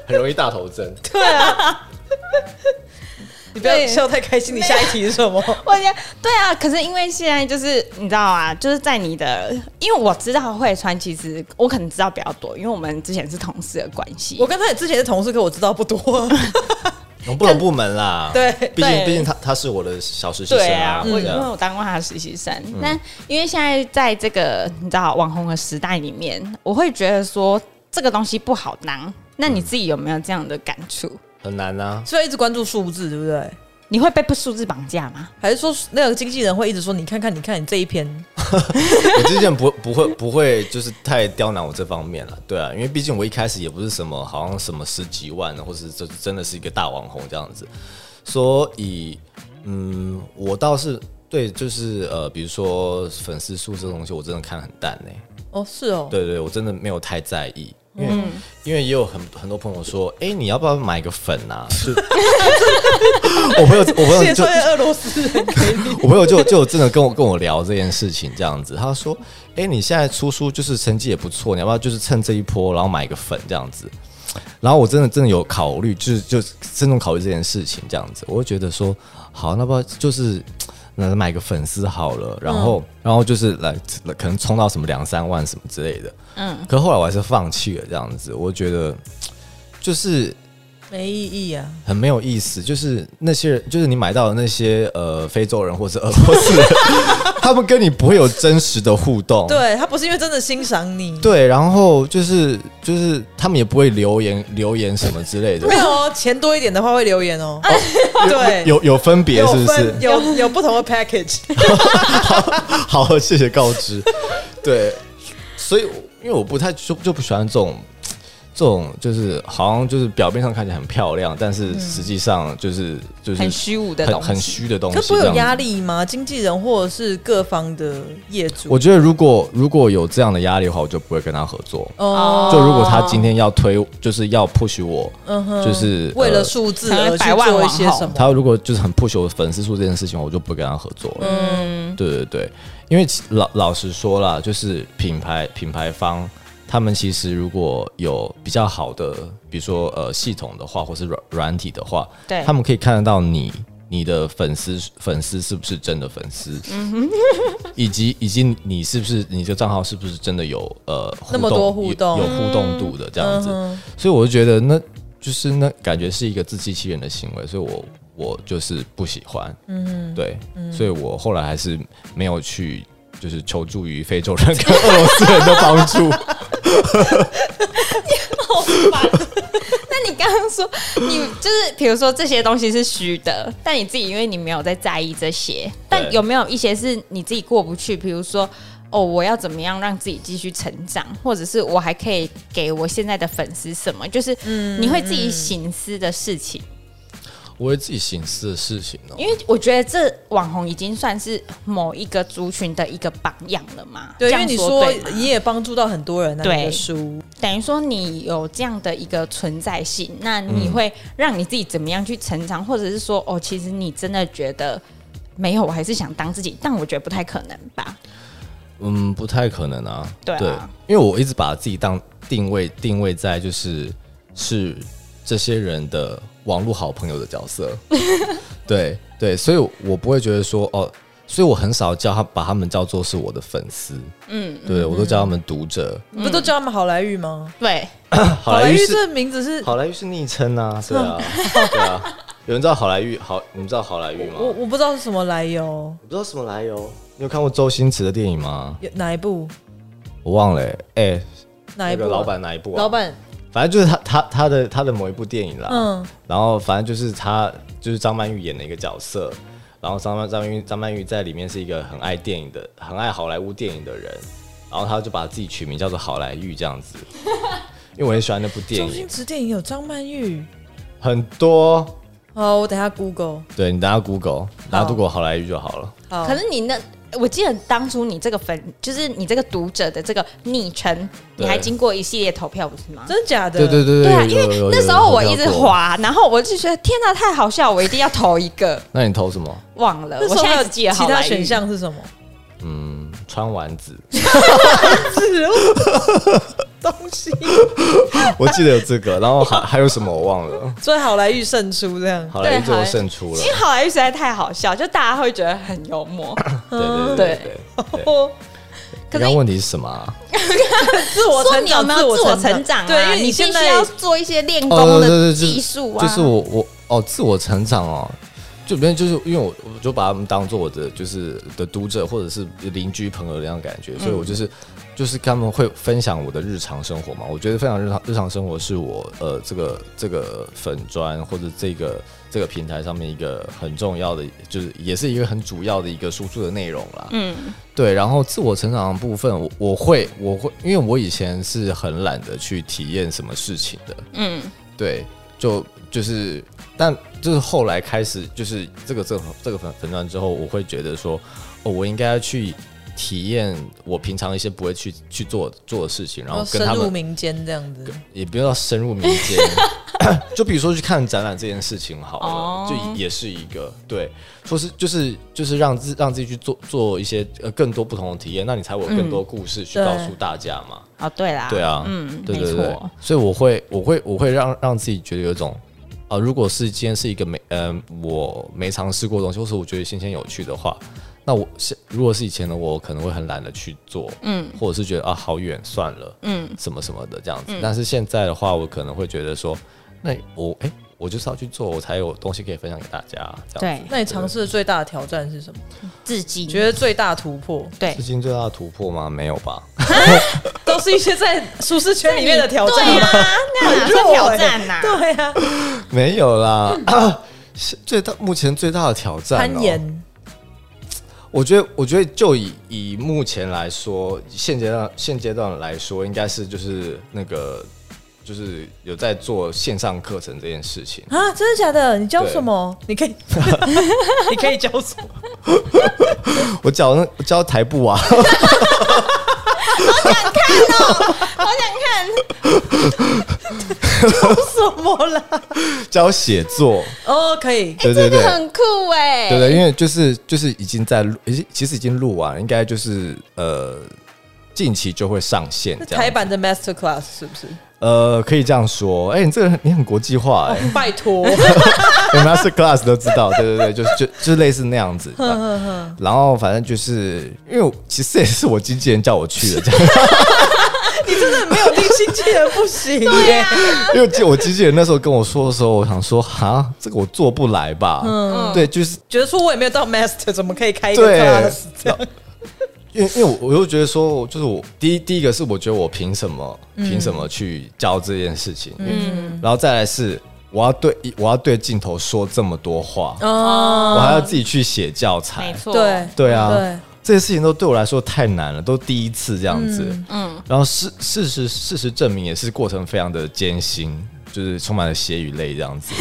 Speaker 3: 很容易大头针。
Speaker 2: 对啊。你不要
Speaker 1: 对
Speaker 2: 笑太开心，你下一题是什么？
Speaker 1: 我觉得对啊，可是因为现在就是你知道啊，就是在你的，因为我知道会穿，其实我可能知道比较多，因为我们之前是同事的关系。
Speaker 2: 我跟他也之前是同事，可我知道不多。
Speaker 3: 我不能部门啦，
Speaker 2: 对
Speaker 3: 毕竟
Speaker 1: 对
Speaker 3: 毕竟他他是我的小实习
Speaker 1: 对
Speaker 3: 生
Speaker 1: 啊
Speaker 3: 啊，，
Speaker 1: 我
Speaker 3: 对
Speaker 1: 因为
Speaker 3: 啊
Speaker 1: 我当过他的实习生，那、因为现在在这个你知道网红的时代里面，我会觉得说这个东西不好当。那你自己有没有这样的感触？
Speaker 3: 很难啊。
Speaker 2: 所以一直关注数字，对不对？
Speaker 1: 你会被不数字绑架吗？
Speaker 2: 还是说那个经纪人会一直说你看看你看你这一篇？
Speaker 3: 我之前不 不会不会就是太刁难我这方面了，对啊，因为毕竟我一开始也不是什么好像什么十几万的，或是这真的是一个大网红这样子，所以嗯，我倒是对就是呃，比如说粉丝数这东西，我真的看很淡呢、
Speaker 2: 哦，是哦，
Speaker 3: 对对，我真的没有太在意，因为、因为也有很很多朋友说，哎、你要不要买个粉啊？就 我朋友我朋友
Speaker 2: 谢
Speaker 3: 就
Speaker 2: 谢俄罗斯人给你。
Speaker 3: 我朋友就就真的跟我跟我聊这件事情，这样子，他说：“哎、你现在出书就是成绩也不错，你要不要就是趁这一波，然后买一个粉这样子？”然后我真的真的有考虑，就是就慎重考虑这件事情，这样子，我会觉得说，好，那不然就是那买个粉丝好了，然后、然后就是来可能冲到什么两三万什么之类的，嗯，可后来我还是放弃了这样子，我觉得就是
Speaker 2: 没意义啊！
Speaker 3: 很没有意思，就是那些人，就是你买到的那些呃非洲人或是俄罗斯人，他们跟你不会有真实的互动，
Speaker 2: 对他不是因为真的欣赏你，
Speaker 3: 对然后就是就是他们也不会留言留言什么之类的
Speaker 2: 没，有哦，钱多一点的话会留言哦。对，
Speaker 3: 有有分别
Speaker 2: 有
Speaker 3: 是不是
Speaker 2: 分？有有不同的 package，
Speaker 3: 好，谢谢告知，对，所以我因为我不太就就不喜欢这种。这种就是好像就是表面上看起来很漂亮，但是实际上就是、就是
Speaker 1: 很虚无的
Speaker 3: 很
Speaker 1: 东西
Speaker 3: 很虚的东西
Speaker 2: 可
Speaker 3: 这样子。
Speaker 2: 不会有压力吗？经纪人或者是各方的业主，
Speaker 3: 我觉得如果如果有这样的压力的话，我就不会跟他合作。
Speaker 2: 哦，嗯
Speaker 3: 就如果他今天要推，就是要 push 我，就是
Speaker 2: 为了
Speaker 3: 呃
Speaker 2: 数字
Speaker 1: 成为
Speaker 2: 而去
Speaker 1: 百万
Speaker 2: 做一
Speaker 1: 网
Speaker 2: 些
Speaker 1: 红
Speaker 2: 什么？
Speaker 3: 他如果就是很 push 我粉丝数这件事情，我就不会跟他合作了。
Speaker 1: 嗯，
Speaker 3: 对对对，因为其老老实说啦，就是品牌品牌方他们其实如果有比较好的，比如说呃系统的话，或是软软体的话，
Speaker 1: 对
Speaker 3: 他们可以看得到你你的粉丝粉丝是不是真的粉丝，
Speaker 2: 嗯
Speaker 3: 以及以及你是不是你这个账号是不是真的有呃互
Speaker 2: 那么多互动嗯
Speaker 3: 有有互动度的这样子，所以我就觉得那就是那感觉是一个自欺欺人的行为，所以我我就是不喜欢，嗯，对，所以我后来还是没有去。就是求助于非洲人跟俄罗斯人的帮助，
Speaker 1: 好烦。 那你刚刚说，你就是比如说这些东西是虚的，但你自己因为你没有在在意这些，但有没有一些是你自己过不去？比如说，哦，我要怎么样让自己继续成长，或者是我还可以
Speaker 2: 嗯
Speaker 1: 给我现在的粉丝什么？就是你会自己醒思的事情。
Speaker 3: 我会自己醒思的事情哦、
Speaker 1: 因为我觉得这网红已经算是某一个族群的一个榜样了嘛。
Speaker 2: 对，
Speaker 1: 这
Speaker 2: 因
Speaker 1: 样
Speaker 2: 为你
Speaker 1: 说
Speaker 2: 说
Speaker 1: 对吗
Speaker 2: 你也帮助到很多人啊，
Speaker 1: 对
Speaker 2: 你的书，
Speaker 1: 等于说你有这样的一个存在性，那你会让你自己怎么样去成长，或者是说，哦，其实你真的觉得没有，我还是想当自己，但我觉得不太可能吧？
Speaker 3: 嗯，不太可能啊。
Speaker 1: 对啊
Speaker 3: 因为我一直把自己当定位定位在就是是这些人的网络好朋友的角色。对对，所以我不会觉得说哦，所以我很少叫他把他们叫做是我的粉丝。嗯，对我都叫他们读者。
Speaker 2: 你不都叫他们好莱坞吗？
Speaker 1: 对，
Speaker 3: 好莱坞
Speaker 2: 坞
Speaker 3: 是
Speaker 2: 这名字是
Speaker 3: 好莱坞是昵称啊，对啊对啊。有人知道好莱坞好？你们知道好莱坞吗？
Speaker 2: 我我不知道是什么来由，
Speaker 3: 我不知道什么来由。你有看过周星驰的电影吗？
Speaker 2: 有哪一部？
Speaker 3: 我忘了、欸。哎、
Speaker 2: 哪一
Speaker 3: 那
Speaker 2: 部
Speaker 3: 个
Speaker 2: 啊？
Speaker 3: 老板哪一部、啊？
Speaker 2: 老板，
Speaker 3: 反正就是他他他的他的某一部电影啦，
Speaker 2: 嗯
Speaker 3: 然后反正就是他就是张曼玉演的一个角色，然后张曼张曼玉张曼玉在里面是一个很爱电影的，很爱好莱坞电影的人，然后他就把自己取名叫做好莱坞这样子，因为我很喜 欢那部电
Speaker 2: 周星
Speaker 3: 影，
Speaker 2: 驰电影有张曼玉。
Speaker 3: 很多，
Speaker 2: 好，我等一下 Google。
Speaker 3: 对你等下 Google，然后
Speaker 2: 好
Speaker 3: Google 好莱坞就好了，
Speaker 2: 好，
Speaker 1: 可是你那，我记得当初你这个粉，就是你这个读者的这个昵称，你
Speaker 3: 对
Speaker 1: 还经过一系列投票，不是吗？
Speaker 2: 真的假的？
Speaker 3: 对对对
Speaker 1: 对啊，
Speaker 3: 有
Speaker 1: 因
Speaker 3: 有有
Speaker 1: 为
Speaker 3: 有
Speaker 1: 那时候我一直
Speaker 3: 有有有
Speaker 1: 滑，然后我就觉得天哪、太好笑，我一定要投一个，
Speaker 3: 那你投什么？
Speaker 1: 忘了，
Speaker 2: 那时
Speaker 1: 我
Speaker 2: 候
Speaker 1: 现
Speaker 2: 还
Speaker 1: 在
Speaker 2: 有
Speaker 1: 只记得
Speaker 2: 其
Speaker 1: 好
Speaker 2: 他
Speaker 1: 莱坞
Speaker 2: 选，项是什么？
Speaker 3: 嗯，川丸子，
Speaker 2: 东西，
Speaker 3: 我记得有这个，然后还还有什么我忘了，
Speaker 2: 所以好莱坞胜出这样。
Speaker 3: 好莱
Speaker 1: 对
Speaker 3: 坞最后
Speaker 1: 好莱
Speaker 3: 胜出了
Speaker 1: 因为，好莱坞实在太好笑，就大家会觉得很幽默。
Speaker 3: 对
Speaker 1: 嗯
Speaker 3: 对对对对 对。
Speaker 1: 可
Speaker 3: 刚
Speaker 1: 是
Speaker 3: 刚问题是什么、啊？
Speaker 2: 自我
Speaker 1: 说
Speaker 2: 成
Speaker 1: 你有
Speaker 2: 长，
Speaker 1: 没有自我成长、啊？
Speaker 2: 对，因为
Speaker 1: 你
Speaker 2: 你
Speaker 1: 必
Speaker 2: 现
Speaker 1: 须
Speaker 2: 在
Speaker 1: 要做一些
Speaker 3: 哦
Speaker 1: 练功的技术啊。
Speaker 3: 就是就是我我哦，自我成长哦，就别人就是因为我我就把他们当做我的就是的读者或者是邻居朋友的那样感
Speaker 1: 嗯
Speaker 3: 觉，所以我就是、就是跟他们会分享我的日常生活嘛。我觉得分享日常日常生活是我呃这个这个粉砖或者这个这个平台上面一个很重要的，就是也是一个很主要的一个输出的内容啦。
Speaker 1: 嗯，
Speaker 3: 对，然后自我成长的部分，我我会我会，因为我以前是很懒得去体验什么事情的，
Speaker 1: 嗯，
Speaker 3: 对，就就是，但就是后来开始就是这个这个这个粉粉团之后，我会觉得说，哦，我应该要去体验我平常一些不会去去做做的事情，然后跟
Speaker 2: 深
Speaker 3: 他
Speaker 2: 入
Speaker 3: 们
Speaker 2: 民间这样子。
Speaker 3: 也不要深入民间。 就比如说去看展览这件事情好了，
Speaker 1: 哦
Speaker 3: 就也是一个对，说是就是就是让自让自己去做做一些呃更多不同的体验，那你才会有更多故事去
Speaker 2: 嗯对
Speaker 3: 告诉大家嘛。
Speaker 1: 哦，对啦，
Speaker 3: 对啊，
Speaker 1: 嗯，
Speaker 3: 对
Speaker 1: 没
Speaker 3: 对对
Speaker 1: 错，，
Speaker 3: 所以我会我会我会让让自己觉得有一种啊、如果是今天是一个没呃我没尝试过的东西，或是我觉得新鲜有趣的话，那我是如果是以前的我，可能会很懒得去做，嗯，或者是觉得啊好远算了，嗯，什么什么的这样子。但是现在的话，我可能会觉得说，那我哎、我就是要去做，我才有东西可以分享给大家。这样
Speaker 1: 对
Speaker 3: 子，
Speaker 2: 那你尝试的最大的挑战是什么？
Speaker 1: 自己
Speaker 2: 你觉得最大突破
Speaker 1: 对
Speaker 3: 最近最大的突破吗？没有吧？
Speaker 2: 都是一些在舒适圈里面的挑战
Speaker 1: 对
Speaker 2: 吗？
Speaker 1: 啊，那哪算挑战 呐？
Speaker 2: 对啊，
Speaker 3: 没有啦。 啊是最大目前最大的挑战、哦，
Speaker 2: 攀岩
Speaker 3: 我觉得，我觉得就以以目前来说，现阶段现阶段来说，应该是就是那个就是有在做线上课程这件事情。
Speaker 2: 啊，真的假的？你教什么？你可以， 你可以教什么？
Speaker 3: 我教那我教台步啊，
Speaker 1: 好想
Speaker 2: 什么啦？
Speaker 3: 教写作，
Speaker 2: 哦，可以，
Speaker 1: 看，
Speaker 3: 对对
Speaker 1: 这
Speaker 3: 对
Speaker 1: 个，哎很酷哎，
Speaker 3: 对对，因为就是就是已经在录，已经其实已经录完了，应该就是呃近期就会上线
Speaker 2: 是
Speaker 3: 这样
Speaker 2: 台。版的 Master Class 是不是？
Speaker 3: 呃，可以这样说，哎、你这个人你很国际化哎、
Speaker 2: 拜托，
Speaker 3: 我们 master class 都知道，对对对，就是就就是类似那样子。然后反正就是因为我其实也是我经纪人叫我去 的，这样，
Speaker 2: 没有听经纪人不行。对
Speaker 1: 啊
Speaker 2: 呀，
Speaker 3: 因为我经纪人那时候跟我说的时候，我想说哈，这个我做不来吧。
Speaker 1: 嗯
Speaker 3: 对，就是
Speaker 2: 觉得说我也没有到 Master，怎么可以开一个
Speaker 3: 对
Speaker 2: class？这 样，
Speaker 3: 因为因为我我又觉得说，就是我第一第一个是我觉得我凭什么
Speaker 1: 嗯
Speaker 3: 凭什么去教这件事情，嗯，然后再来是我要对我要对镜头说这么多话，
Speaker 2: 哦，
Speaker 3: 我还要自己去写教
Speaker 1: 嗯
Speaker 3: 材
Speaker 1: 没，错，
Speaker 2: 对，
Speaker 3: 对啊，
Speaker 2: 对
Speaker 3: 这些事情都对我来说太难了，都第一次这样子。
Speaker 1: 嗯，
Speaker 3: 然后事事实事实证明，也是过程非常的艰辛，就是充满了血与泪这样子。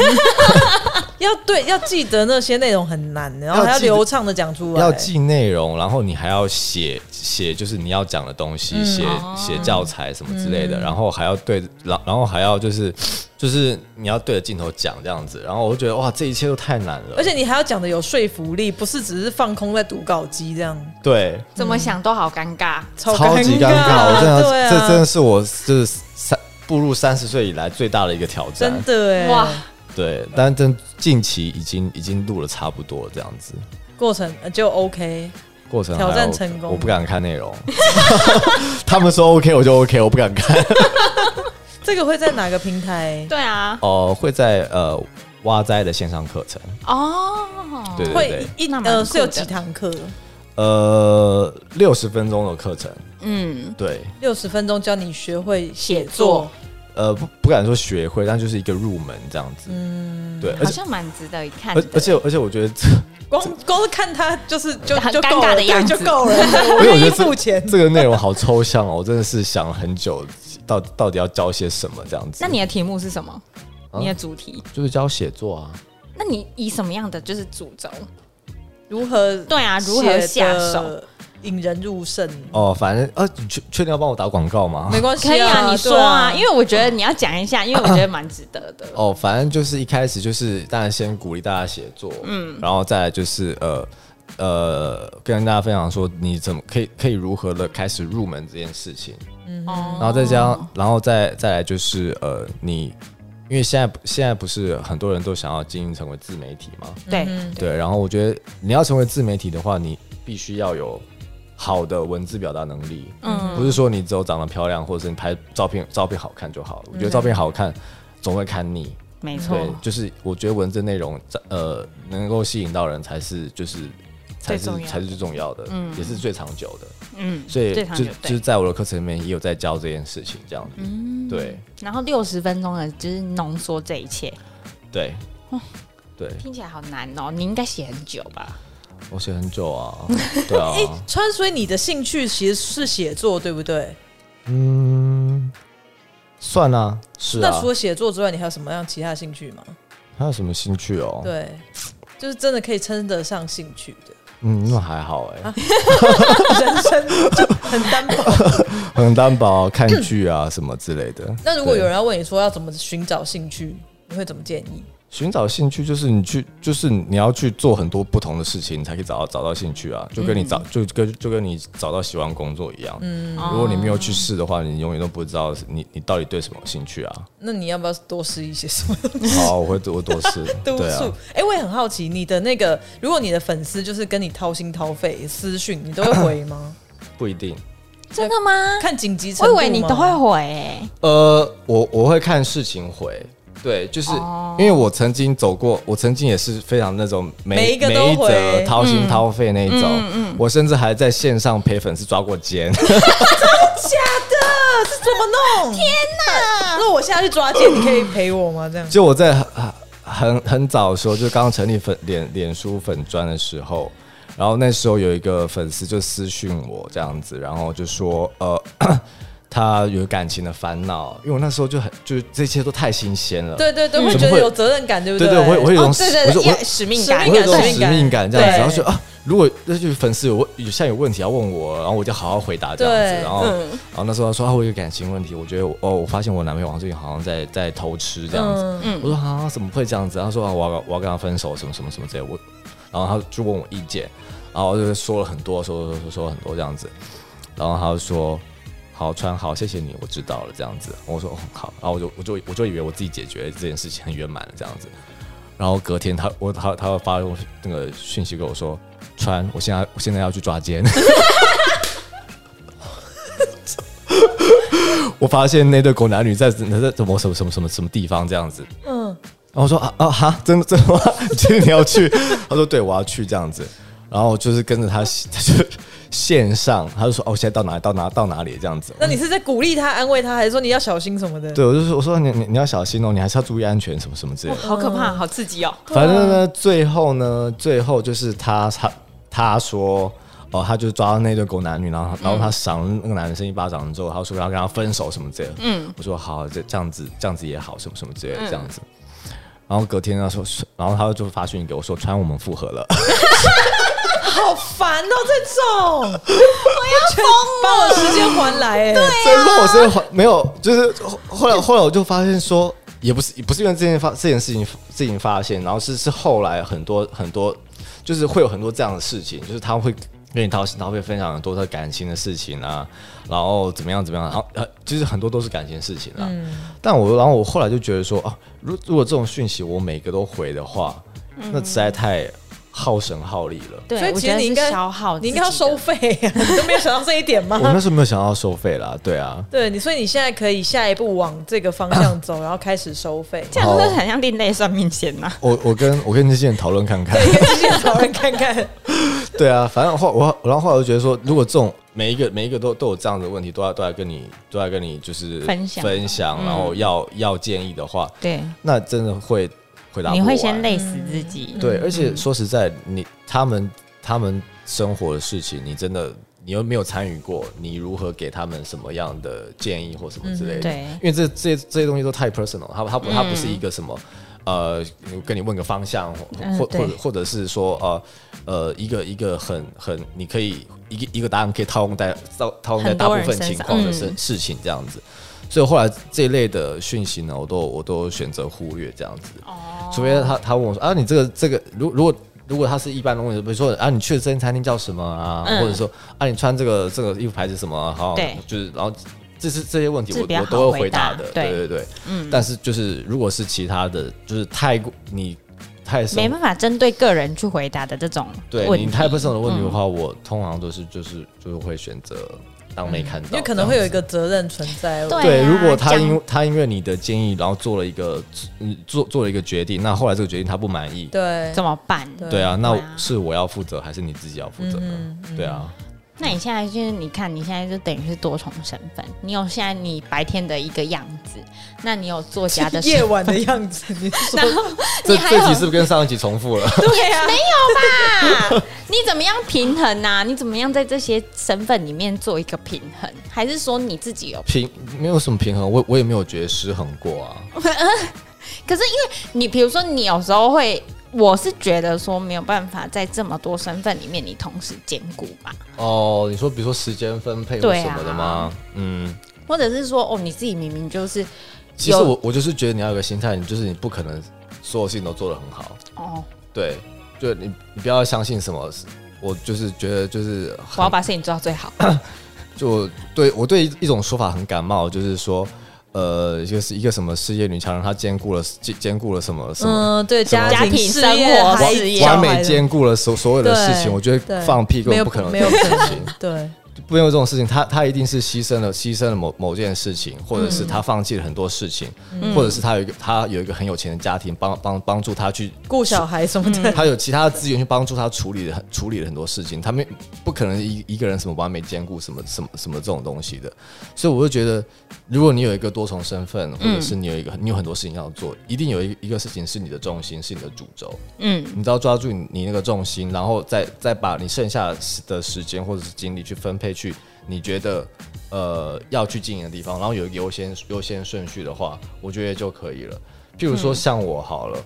Speaker 2: 要对要记得那些内容很难，然后还要
Speaker 4: 要记得
Speaker 2: 流畅的讲出来。
Speaker 3: 要记内容，然后你还要写写，就是你要讲的东西，
Speaker 2: 嗯
Speaker 3: 写
Speaker 1: 哦
Speaker 3: 写教材什么之类的，然后还要对，然然后还要就是就是你要对着镜头讲这样子，然后我就觉得哇，这一切都太难了，
Speaker 2: 而且你还要讲的有说服力，不是只是放空在读稿机这样，
Speaker 3: 对
Speaker 2: 嗯
Speaker 1: 怎么想都好尴尬。
Speaker 2: 超
Speaker 3: 超级尴
Speaker 2: 尬，
Speaker 3: 尬，我真的
Speaker 2: 对
Speaker 3: 要，
Speaker 2: 啊，
Speaker 3: 这真的是我就是三步入三十岁以来最大的一个挑战
Speaker 2: 真，的哎，
Speaker 1: 哇
Speaker 2: 哇，，
Speaker 3: 对，但真近期已经已经录了差不多这样子。
Speaker 2: 过程呃就 OK，
Speaker 3: 过程
Speaker 2: 挑
Speaker 3: 还
Speaker 2: 战
Speaker 3: OK，
Speaker 2: 成功
Speaker 3: 我不敢看内容。 他们说 OK 我就 OK，我不敢看。
Speaker 2: 这个会在哪个平台？
Speaker 1: 对啊，
Speaker 3: 哦、会在呃挖哉的线上课程，
Speaker 1: 哦，
Speaker 3: 对对
Speaker 2: 会
Speaker 3: 对，
Speaker 2: 一
Speaker 1: 那蛮
Speaker 2: 呃
Speaker 1: 酷
Speaker 2: 是有
Speaker 1: 的
Speaker 2: 几堂课？
Speaker 3: 呃六十分钟的课程，
Speaker 1: 嗯，
Speaker 3: 对，
Speaker 2: 六十分钟教你学会
Speaker 1: 写
Speaker 2: 做
Speaker 1: 作，
Speaker 3: 呃不不敢说学会，但就是一个入门这样子，嗯，对，
Speaker 1: 好
Speaker 3: 而且
Speaker 1: 像蛮值得一看
Speaker 3: 而
Speaker 1: 的。
Speaker 3: 而且而且我觉得这
Speaker 2: 光光是看他就是就
Speaker 1: 很
Speaker 2: 就
Speaker 1: 尴
Speaker 2: 够
Speaker 1: 尬
Speaker 2: 了
Speaker 1: 的
Speaker 2: 对
Speaker 1: 样
Speaker 2: 就
Speaker 1: 子
Speaker 2: 够了， 对我
Speaker 3: 因为我
Speaker 2: 愿
Speaker 3: 觉
Speaker 2: 意
Speaker 3: 得
Speaker 2: 付钱。
Speaker 3: 这个内容好抽象哦，我真的是想了很久，到到底要教些什么这样子。
Speaker 1: 那你的题目是什么？
Speaker 3: 啊
Speaker 1: 你的主题？
Speaker 3: 就是教写作啊，
Speaker 1: 那你以什么样的就是主轴？
Speaker 2: 如何
Speaker 1: 对啊，如何下手？，
Speaker 2: 引人入胜。
Speaker 3: 哦，反正呃，你确确定要帮我打广告吗？
Speaker 2: 没关系、
Speaker 1: 可以啊，你说啊，因
Speaker 2: 为
Speaker 1: 为我觉得你要讲一 下，因为我觉得蛮值得的。
Speaker 3: 哦，反正就是一开始就是，当然先鼓励大家写作，嗯，然后再来就是呃呃，跟大家分享说你怎么可以可以如何的开始入门这件事情，
Speaker 1: 哦
Speaker 3: 然后再加上，然后再再来就是呃你。因为现在现在不是很多人都想要经营成为自媒体嘛，
Speaker 1: 对，
Speaker 3: 对。然后我觉得你要成为自媒体的话，你必须要有好的文字表达能力，
Speaker 1: 嗯
Speaker 3: 不是说你只有长得漂亮，或者是你拍照片照片好看就好了。我觉得照片好看，总会看腻。
Speaker 1: 没错，
Speaker 3: 对，就是我觉得文字内容，呃，能够吸引到人才是就是
Speaker 1: 最
Speaker 3: 才是
Speaker 1: 重要的
Speaker 3: 才是最重要的，也是最长久的。
Speaker 1: 嗯，
Speaker 3: 所以
Speaker 1: 最
Speaker 3: 就
Speaker 1: 常
Speaker 3: 就
Speaker 1: 有
Speaker 3: 是
Speaker 1: 对。嗯
Speaker 3: 在我的课程里面也有在教这件事情，这样子。对
Speaker 1: 然后六十分钟的就是浓缩这一切，
Speaker 3: 对
Speaker 1: 哦
Speaker 3: 对，
Speaker 1: 听起来好难哦。你应该写很久吧？
Speaker 3: 我写很久 啊，对啊，
Speaker 2: 川，所以你的兴趣其实是写作，对不对？
Speaker 3: 嗯，算啊，是
Speaker 2: 那
Speaker 3: 啊
Speaker 2: 除。了写作之外，你还有什么样其他的兴趣吗？
Speaker 3: 还有什么兴趣哦？
Speaker 2: 对，就是真的可以称得上兴趣的，
Speaker 3: 嗯，那还好哎，
Speaker 2: 人生就很单薄。
Speaker 3: 很单薄，看剧啊什么之类的。
Speaker 2: 那如果
Speaker 3: 对
Speaker 2: 有人要问你说要怎么寻找兴趣，你会怎么建议？
Speaker 3: 寻找兴趣就是你去，就是你要去做很多不同的事情，你才可以找到找到兴趣啊。就跟你找，就跟就跟你找到喜欢工作一样。如果你没有去试的话，你永远都不知道你你到底对什么有兴趣啊。
Speaker 2: 那你要不要多试一些什么
Speaker 3: 好，我会多多试。
Speaker 2: 督
Speaker 3: 对
Speaker 2: 促？哎
Speaker 3: 啊，、
Speaker 2: 我也很好奇，你的那个，如果你的粉丝就是跟你掏心掏肺私讯，你都会回吗？
Speaker 3: 不一定。
Speaker 1: 真的吗？
Speaker 2: 看紧急程
Speaker 1: 我以
Speaker 2: 度
Speaker 1: 为你
Speaker 2: 吗
Speaker 1: 都会回、欸，
Speaker 3: 呃，我我会看事情回。对，就是
Speaker 2: 哦
Speaker 3: 因为我曾经走过，我曾经也是非常那种每
Speaker 2: 每一个都
Speaker 3: 一
Speaker 2: 回嗯
Speaker 3: 则掏心掏肺那一种。我甚至还在线上陪粉丝抓过奸。
Speaker 2: 假的，这怎么弄？天哪！那我现在去抓奸，你可以陪我吗？这样
Speaker 3: 就我在很很很早的时候，就刚成立粉脸脸书粉砖的时候，然后那时候有一个粉丝就私讯我这样子，然后就说呃。 他有感情的烦恼，因为我那时候就很，就这些都太新鲜了。
Speaker 2: 对对对，会
Speaker 3: 嗯怎
Speaker 2: 觉
Speaker 3: 么
Speaker 2: 得
Speaker 3: 会
Speaker 2: 有责任感，对不
Speaker 3: 对
Speaker 2: 对，
Speaker 3: 对，我会我会有一种
Speaker 1: 哦，对对
Speaker 3: 我
Speaker 1: 对，
Speaker 3: 说
Speaker 1: 要
Speaker 3: 我
Speaker 1: 使命感，
Speaker 3: 我有一种
Speaker 2: 对
Speaker 3: 使命感这样
Speaker 2: 对
Speaker 3: 子，然后就啊，如果那就是粉丝有问有现在有问题要问我，然后我就好好回答这样
Speaker 2: 对
Speaker 3: 子，然后、
Speaker 1: 嗯
Speaker 3: 然后那时候他说啊，我有感情问题，我觉得我哦，我发现我男朋友好像最近好像在在偷吃这样子，
Speaker 1: 嗯
Speaker 3: 我说啊，怎么会这样子？他说啊，我要我要跟他分手，什么什么什么之类的，我然后他就问我意见，然后我就说了很多，说说说说很多这样子，然后他就说。好，川，好，谢谢你，我知道了，这样子。我说、哦、好，然后我就我就我就以为我自己解决这件事情很圆满了，这样子。然后隔天他我他他会发那个讯息给我说，川，我现在我现在要去抓奸。我发现那对狗男女在在怎么什么什么什么什么地方这样子，
Speaker 2: 嗯，
Speaker 3: 然后我说啊啊哈，真的真的吗？ 你确定你要去？ 他说对，我要去这样子。然后我就是跟着他，他就线上，他就说哦，我现在到哪里到哪到哪里这样子。
Speaker 2: 那你是在鼓励他、安慰他，还是说你要小心什么的？
Speaker 3: 对，我就说我说你你你要小心哦，你还是要注意安全什么什么之类的。
Speaker 1: 好可怕，好刺激哦。
Speaker 3: 反正呢，最后呢，最后就是他他他说。哦，他就抓到那对狗男女，然后然后他赏了那个男生一巴掌之后，他说要跟他分手什么之类的。嗯，我说好，这这样子这样子也好，什么什么之类的、这样子。然后隔天他说，然后他就发讯息给我说，川我们复合了。
Speaker 2: 好烦哦，这种我要 疯，把我时间还来，哎，对，
Speaker 3: 所以说我是没有，就是后来后来我就发现说，也不是也不是因为这件发这件事情自己发现，然后是是后来很多很多，就是会有很多这样的事情，就是他会跟你掏心掏肺分享很多他感情的事情啊，然后怎么样怎么样，然后呃，就是很多都是感情事情啊。但我然后我后来就觉得说，啊，如如果这种讯息我每个都回的话，那实在太耗神耗力了。
Speaker 1: 对，
Speaker 2: 所以
Speaker 1: 我
Speaker 2: 其
Speaker 1: 觉
Speaker 2: 实
Speaker 1: 得
Speaker 2: 你
Speaker 1: 是
Speaker 2: 应该
Speaker 1: 消耗，
Speaker 2: 你应该要收。费啊， 你都没有想到这一点吗
Speaker 3: 我？那时候没有想到收费啦，对啊，
Speaker 2: 对，你所以你现在可以下一步往这个方向 走，然后开始收费，
Speaker 1: 这样就是很像另类算命线呐、
Speaker 3: 我我跟我跟那些人讨论看看。
Speaker 2: 对，跟这些讨论看看。
Speaker 3: 对啊，反正后我然后后来我就觉得说，如果这种每一个每一个都都有这样的问题，都要都要跟你都要跟你就是
Speaker 1: 分享嗯
Speaker 3: 分享，然后要、要建议的话，
Speaker 1: 对，
Speaker 3: 那真的会回答不
Speaker 1: 你会先
Speaker 3: 完
Speaker 1: 累死自己。
Speaker 3: 对，而且说实在，你他们他们生活的事情，你真的你又没有参与过，你如何给他们什么样的建议或什么之类的？
Speaker 1: 嗯对
Speaker 3: 因为这这这些东西都太 personal，它它不它不是一个什么。呃，跟你问个方向，或
Speaker 1: 嗯
Speaker 3: 或或
Speaker 1: 对
Speaker 3: 者或者是说，呃呃，一个一个很很，你可以一个一个答案可以套用在套套用在
Speaker 1: 很
Speaker 3: 大
Speaker 1: 多
Speaker 3: 部
Speaker 1: 人
Speaker 3: 分
Speaker 1: 身
Speaker 3: 情
Speaker 1: 上
Speaker 3: 况的事
Speaker 1: 嗯
Speaker 3: 事情这样子，所以后来这一类的讯息呢，我都我都选择忽略这样子。
Speaker 1: 哦，
Speaker 3: 除非他他问我说啊，你这个这个，如如果如果他是一般的问题，比如说啊，你去的这间餐厅叫什么啊，
Speaker 1: 嗯
Speaker 3: 或者说啊，你穿这个这个衣服牌子什么、啊，好，
Speaker 1: 对
Speaker 3: 就是然后这是这些问题
Speaker 1: 这
Speaker 3: 我
Speaker 1: 比较
Speaker 3: 我都
Speaker 1: 好
Speaker 3: 会
Speaker 1: 回
Speaker 3: 回
Speaker 1: 答
Speaker 3: 答的，
Speaker 1: 对嗯
Speaker 3: 对对对，但是就是如果是其他的，就是太过你太深
Speaker 1: 没办法针对个人去回答的这种
Speaker 3: 对
Speaker 1: 问
Speaker 3: 你
Speaker 1: 题，嗯
Speaker 3: 太 personal 的问题的话，我通常都是就是就是会选择当没看到，
Speaker 2: 因为可能会有一
Speaker 3: 个。
Speaker 2: 个责任存在。
Speaker 1: 对
Speaker 3: 对，
Speaker 1: 啊
Speaker 3: 如果他
Speaker 1: 讲
Speaker 3: 因他因为你的建议，然后做了一个嗯做做了一个决定，那后来这个决定他不满意，
Speaker 2: 对
Speaker 1: 怎么办？
Speaker 3: 对啊，那
Speaker 1: 对啊嗯
Speaker 3: 是我要负责还是你自己要负责呢？对啊，
Speaker 1: 那你现在就是你看，你现在就等于是多重身份，你有现在你白天的一个样子，那你有作家 的
Speaker 2: 夜
Speaker 1: 身份
Speaker 2: 晚的样子，你说
Speaker 3: 这
Speaker 1: 你还有
Speaker 3: 这集是不是跟上一集重复了？
Speaker 2: 对啊，
Speaker 1: 没有吧？ 你怎么样平衡啊？你怎么样在这些身份里面做一个平衡？还是说你自己有？
Speaker 3: 平没有什么平衡，我我也没有觉得失衡过啊。
Speaker 1: 可是因为你比如说你有时候会，我是觉得说没有办法在这么多身份里面你同时兼顾吧，
Speaker 3: 哦，你说比如说时间分配或
Speaker 1: 对啊
Speaker 3: 什么的吗？嗯，
Speaker 1: 或者是说哦你自己明明就是
Speaker 3: 其实
Speaker 1: 有
Speaker 3: 我我就是觉得你要有个心态，你就是你不可能所有事情都做得很好，
Speaker 1: 哦，
Speaker 3: 对，就你你不要相信什么。我就是觉得，就是
Speaker 1: 我
Speaker 3: 很
Speaker 1: 要把事情做到最好。
Speaker 3: 就对我对一种说法很感冒，就是说，呃，一个是一个什么事业女强人，她兼顾了兼兼顾了什么什么
Speaker 2: 嗯，对，家
Speaker 1: 家庭
Speaker 2: 庭、事
Speaker 1: 生
Speaker 2: 业
Speaker 1: 活
Speaker 2: 还
Speaker 1: 事
Speaker 2: 有
Speaker 1: 业
Speaker 2: 小
Speaker 3: 完
Speaker 2: 孩
Speaker 3: 美兼顾了所所有的事情，
Speaker 2: 对
Speaker 3: 我觉
Speaker 2: 对
Speaker 3: 得放屁根
Speaker 2: 没
Speaker 3: 本
Speaker 2: 有
Speaker 3: 不可能
Speaker 2: 没有
Speaker 3: 这种
Speaker 2: 可能
Speaker 3: 事情，
Speaker 2: 对，
Speaker 3: 没有这种事情，他他一定是牺牲了牺牲了某某件事情，或者是
Speaker 2: 嗯
Speaker 3: 他放弃了很多事情，或者是他有一个他有一个很有钱的家庭帮帮帮助他去
Speaker 2: 顾小孩什么的，
Speaker 3: 他有其他的资源去帮助他处理了处理了很多事情，他们不可能一一个人什么完美兼顾什么什么什么这种东西的，所以我就觉得，如果你有一个多重身份，或
Speaker 2: 嗯
Speaker 3: 者是你有一个你有很多事情要做，一定有一一个事情是你的重心，是你的主轴，
Speaker 1: 嗯，
Speaker 3: 你只要抓住你那个重心，然后再再把你剩下的时间或者是精力去分配去你觉得呃要去经营的地方，然后有一个优先优先顺序的话，我觉得就可以了。譬如说像我好了，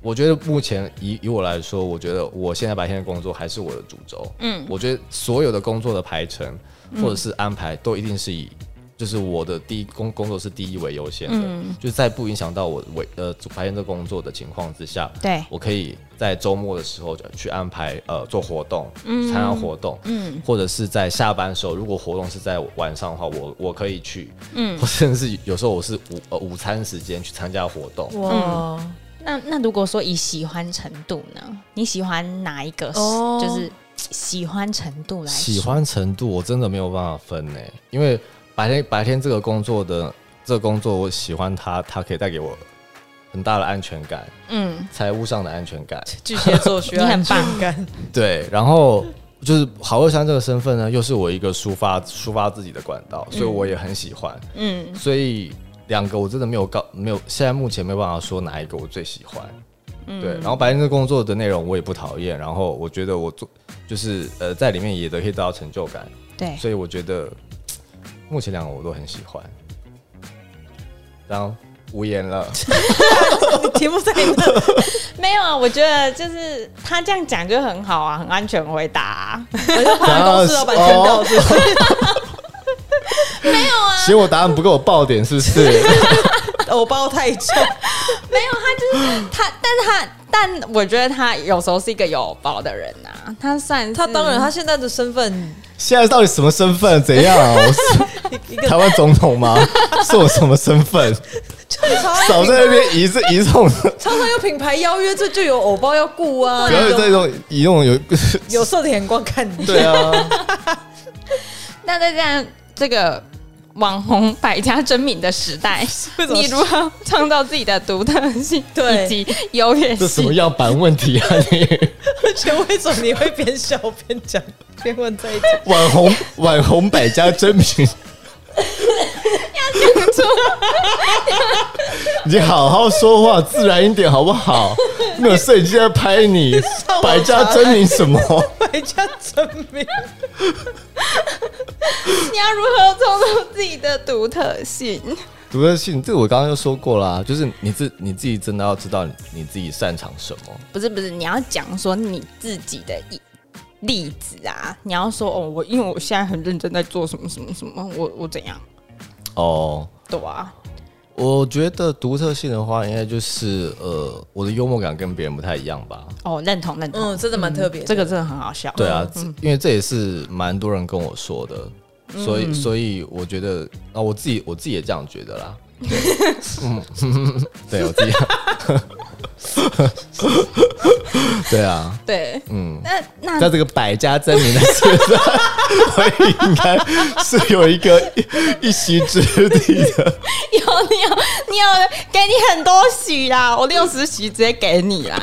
Speaker 3: 我觉得目前以以我来说，我觉得我现在白天的工作还是我的主轴。嗯，我觉得所有的工作的排程或者是安排，都一定是以。就是我的第一工工作是第一为优先的，就是在不影响到我为呃白天的工作的情况之下，
Speaker 1: 对
Speaker 3: 我可以在周末的时候就去安排呃做活动，参加活动，嗯，或者是在下班的时候，如果活动是在晚上的话，我我可以去，嗯，或甚至有时候我是午呃午餐时间去参加活
Speaker 1: 嗯
Speaker 3: 动，
Speaker 2: 哇，
Speaker 1: 那那如果说以喜欢程度呢？你喜欢哪一个？
Speaker 2: 哦
Speaker 1: 就是喜欢程度来说
Speaker 3: 喜欢程度我真的没有办法分呢、因为白天白天这个工作的这个工作我喜欢它，它可以带给我很大的安全感，
Speaker 1: 嗯，
Speaker 3: 财务上的安全感，
Speaker 2: 巨蟹座需要
Speaker 1: 你很
Speaker 2: 安全
Speaker 1: 棒
Speaker 2: 感，
Speaker 3: 对，然后就是好二三这个身份呢，又是我一个抒发抒发自己的管道，所以我也很喜欢。嗯，所以两个我真的没有告没有，现在目前没有办法说哪一个我最喜欢。对，然后白天的工作的内容我也不讨厌，然后我觉得我做就是呃在里面也得可以得到成就感，
Speaker 1: 对，
Speaker 3: 所以我觉得目前两个我都很喜欢。然后
Speaker 4: 无言了。
Speaker 2: 题目在那，
Speaker 1: 没有啊，我觉得就是他这样讲就很好啊，很安全回答、 啊。
Speaker 2: 我就怕公司老 板
Speaker 3: 哦
Speaker 2: 签
Speaker 4: 哦
Speaker 2: 到是不是？
Speaker 1: 没有啊，
Speaker 4: 嫌我答案不够爆点是不是？
Speaker 2: 偶包太重，
Speaker 1: 没有，他就是他，但是他，但我觉得他有时候是一个有包的人呐、他算是
Speaker 2: 他当然他现在的身 份
Speaker 4: 现在到底什么身份？怎 样、啊？我是
Speaker 2: 一个
Speaker 4: 台湾总统吗？是我什么身份？
Speaker 2: 就是常常
Speaker 4: 少在那边移这移送，
Speaker 2: 常常有品牌邀约，这就有偶包要顾啊，
Speaker 4: 不要
Speaker 2: 有
Speaker 4: 再用移用有。
Speaker 2: 有色的眼光看你。
Speaker 4: 对啊，
Speaker 1: 那在这样这个网红百家争鸣的时代
Speaker 2: 为，什么
Speaker 1: 你如何创造自己的独特性
Speaker 2: 对
Speaker 1: 以及优越
Speaker 3: 这什么
Speaker 1: 性？
Speaker 3: 样板问题啊你？
Speaker 2: 而且为什么你会边笑边 讲边问这一题？
Speaker 4: 网红网红百家争鸣，你好好说话，自然一点好不好？
Speaker 3: 没有摄影机在拍你，
Speaker 4: 百家争鸣什么？
Speaker 2: 百家争鸣，
Speaker 1: 你要如何创造自己的独特性？
Speaker 3: 独特性，这个我刚刚就说过啦，就是你自你自己真的要知道你你自己擅长什么。
Speaker 1: 不是不是，你要讲说你自己的一例子啊，你要说哦，我因为我现在很认真在做什么什么什么，我我怎样？
Speaker 3: 哦，
Speaker 1: 对啊，
Speaker 3: 我觉得独特性的话，应该就是呃，我的幽默感跟别人不太一样吧。
Speaker 1: 哦，认同认同，
Speaker 2: 嗯，真的蛮特别的。
Speaker 1: 这个真的很好笑。
Speaker 3: 对啊，因为这也是蛮多人跟我说的，所以所以我觉得啊，我自己我自己也这样觉得 啦。对，嗯，对我自己， 对啊，
Speaker 1: 对，
Speaker 3: 嗯，
Speaker 1: 那那
Speaker 3: 在这个百家争鸣的时代，我应该是有一个一一席之地 的。
Speaker 1: 有你有你有给你很多许啦，我六十许直接给你啦。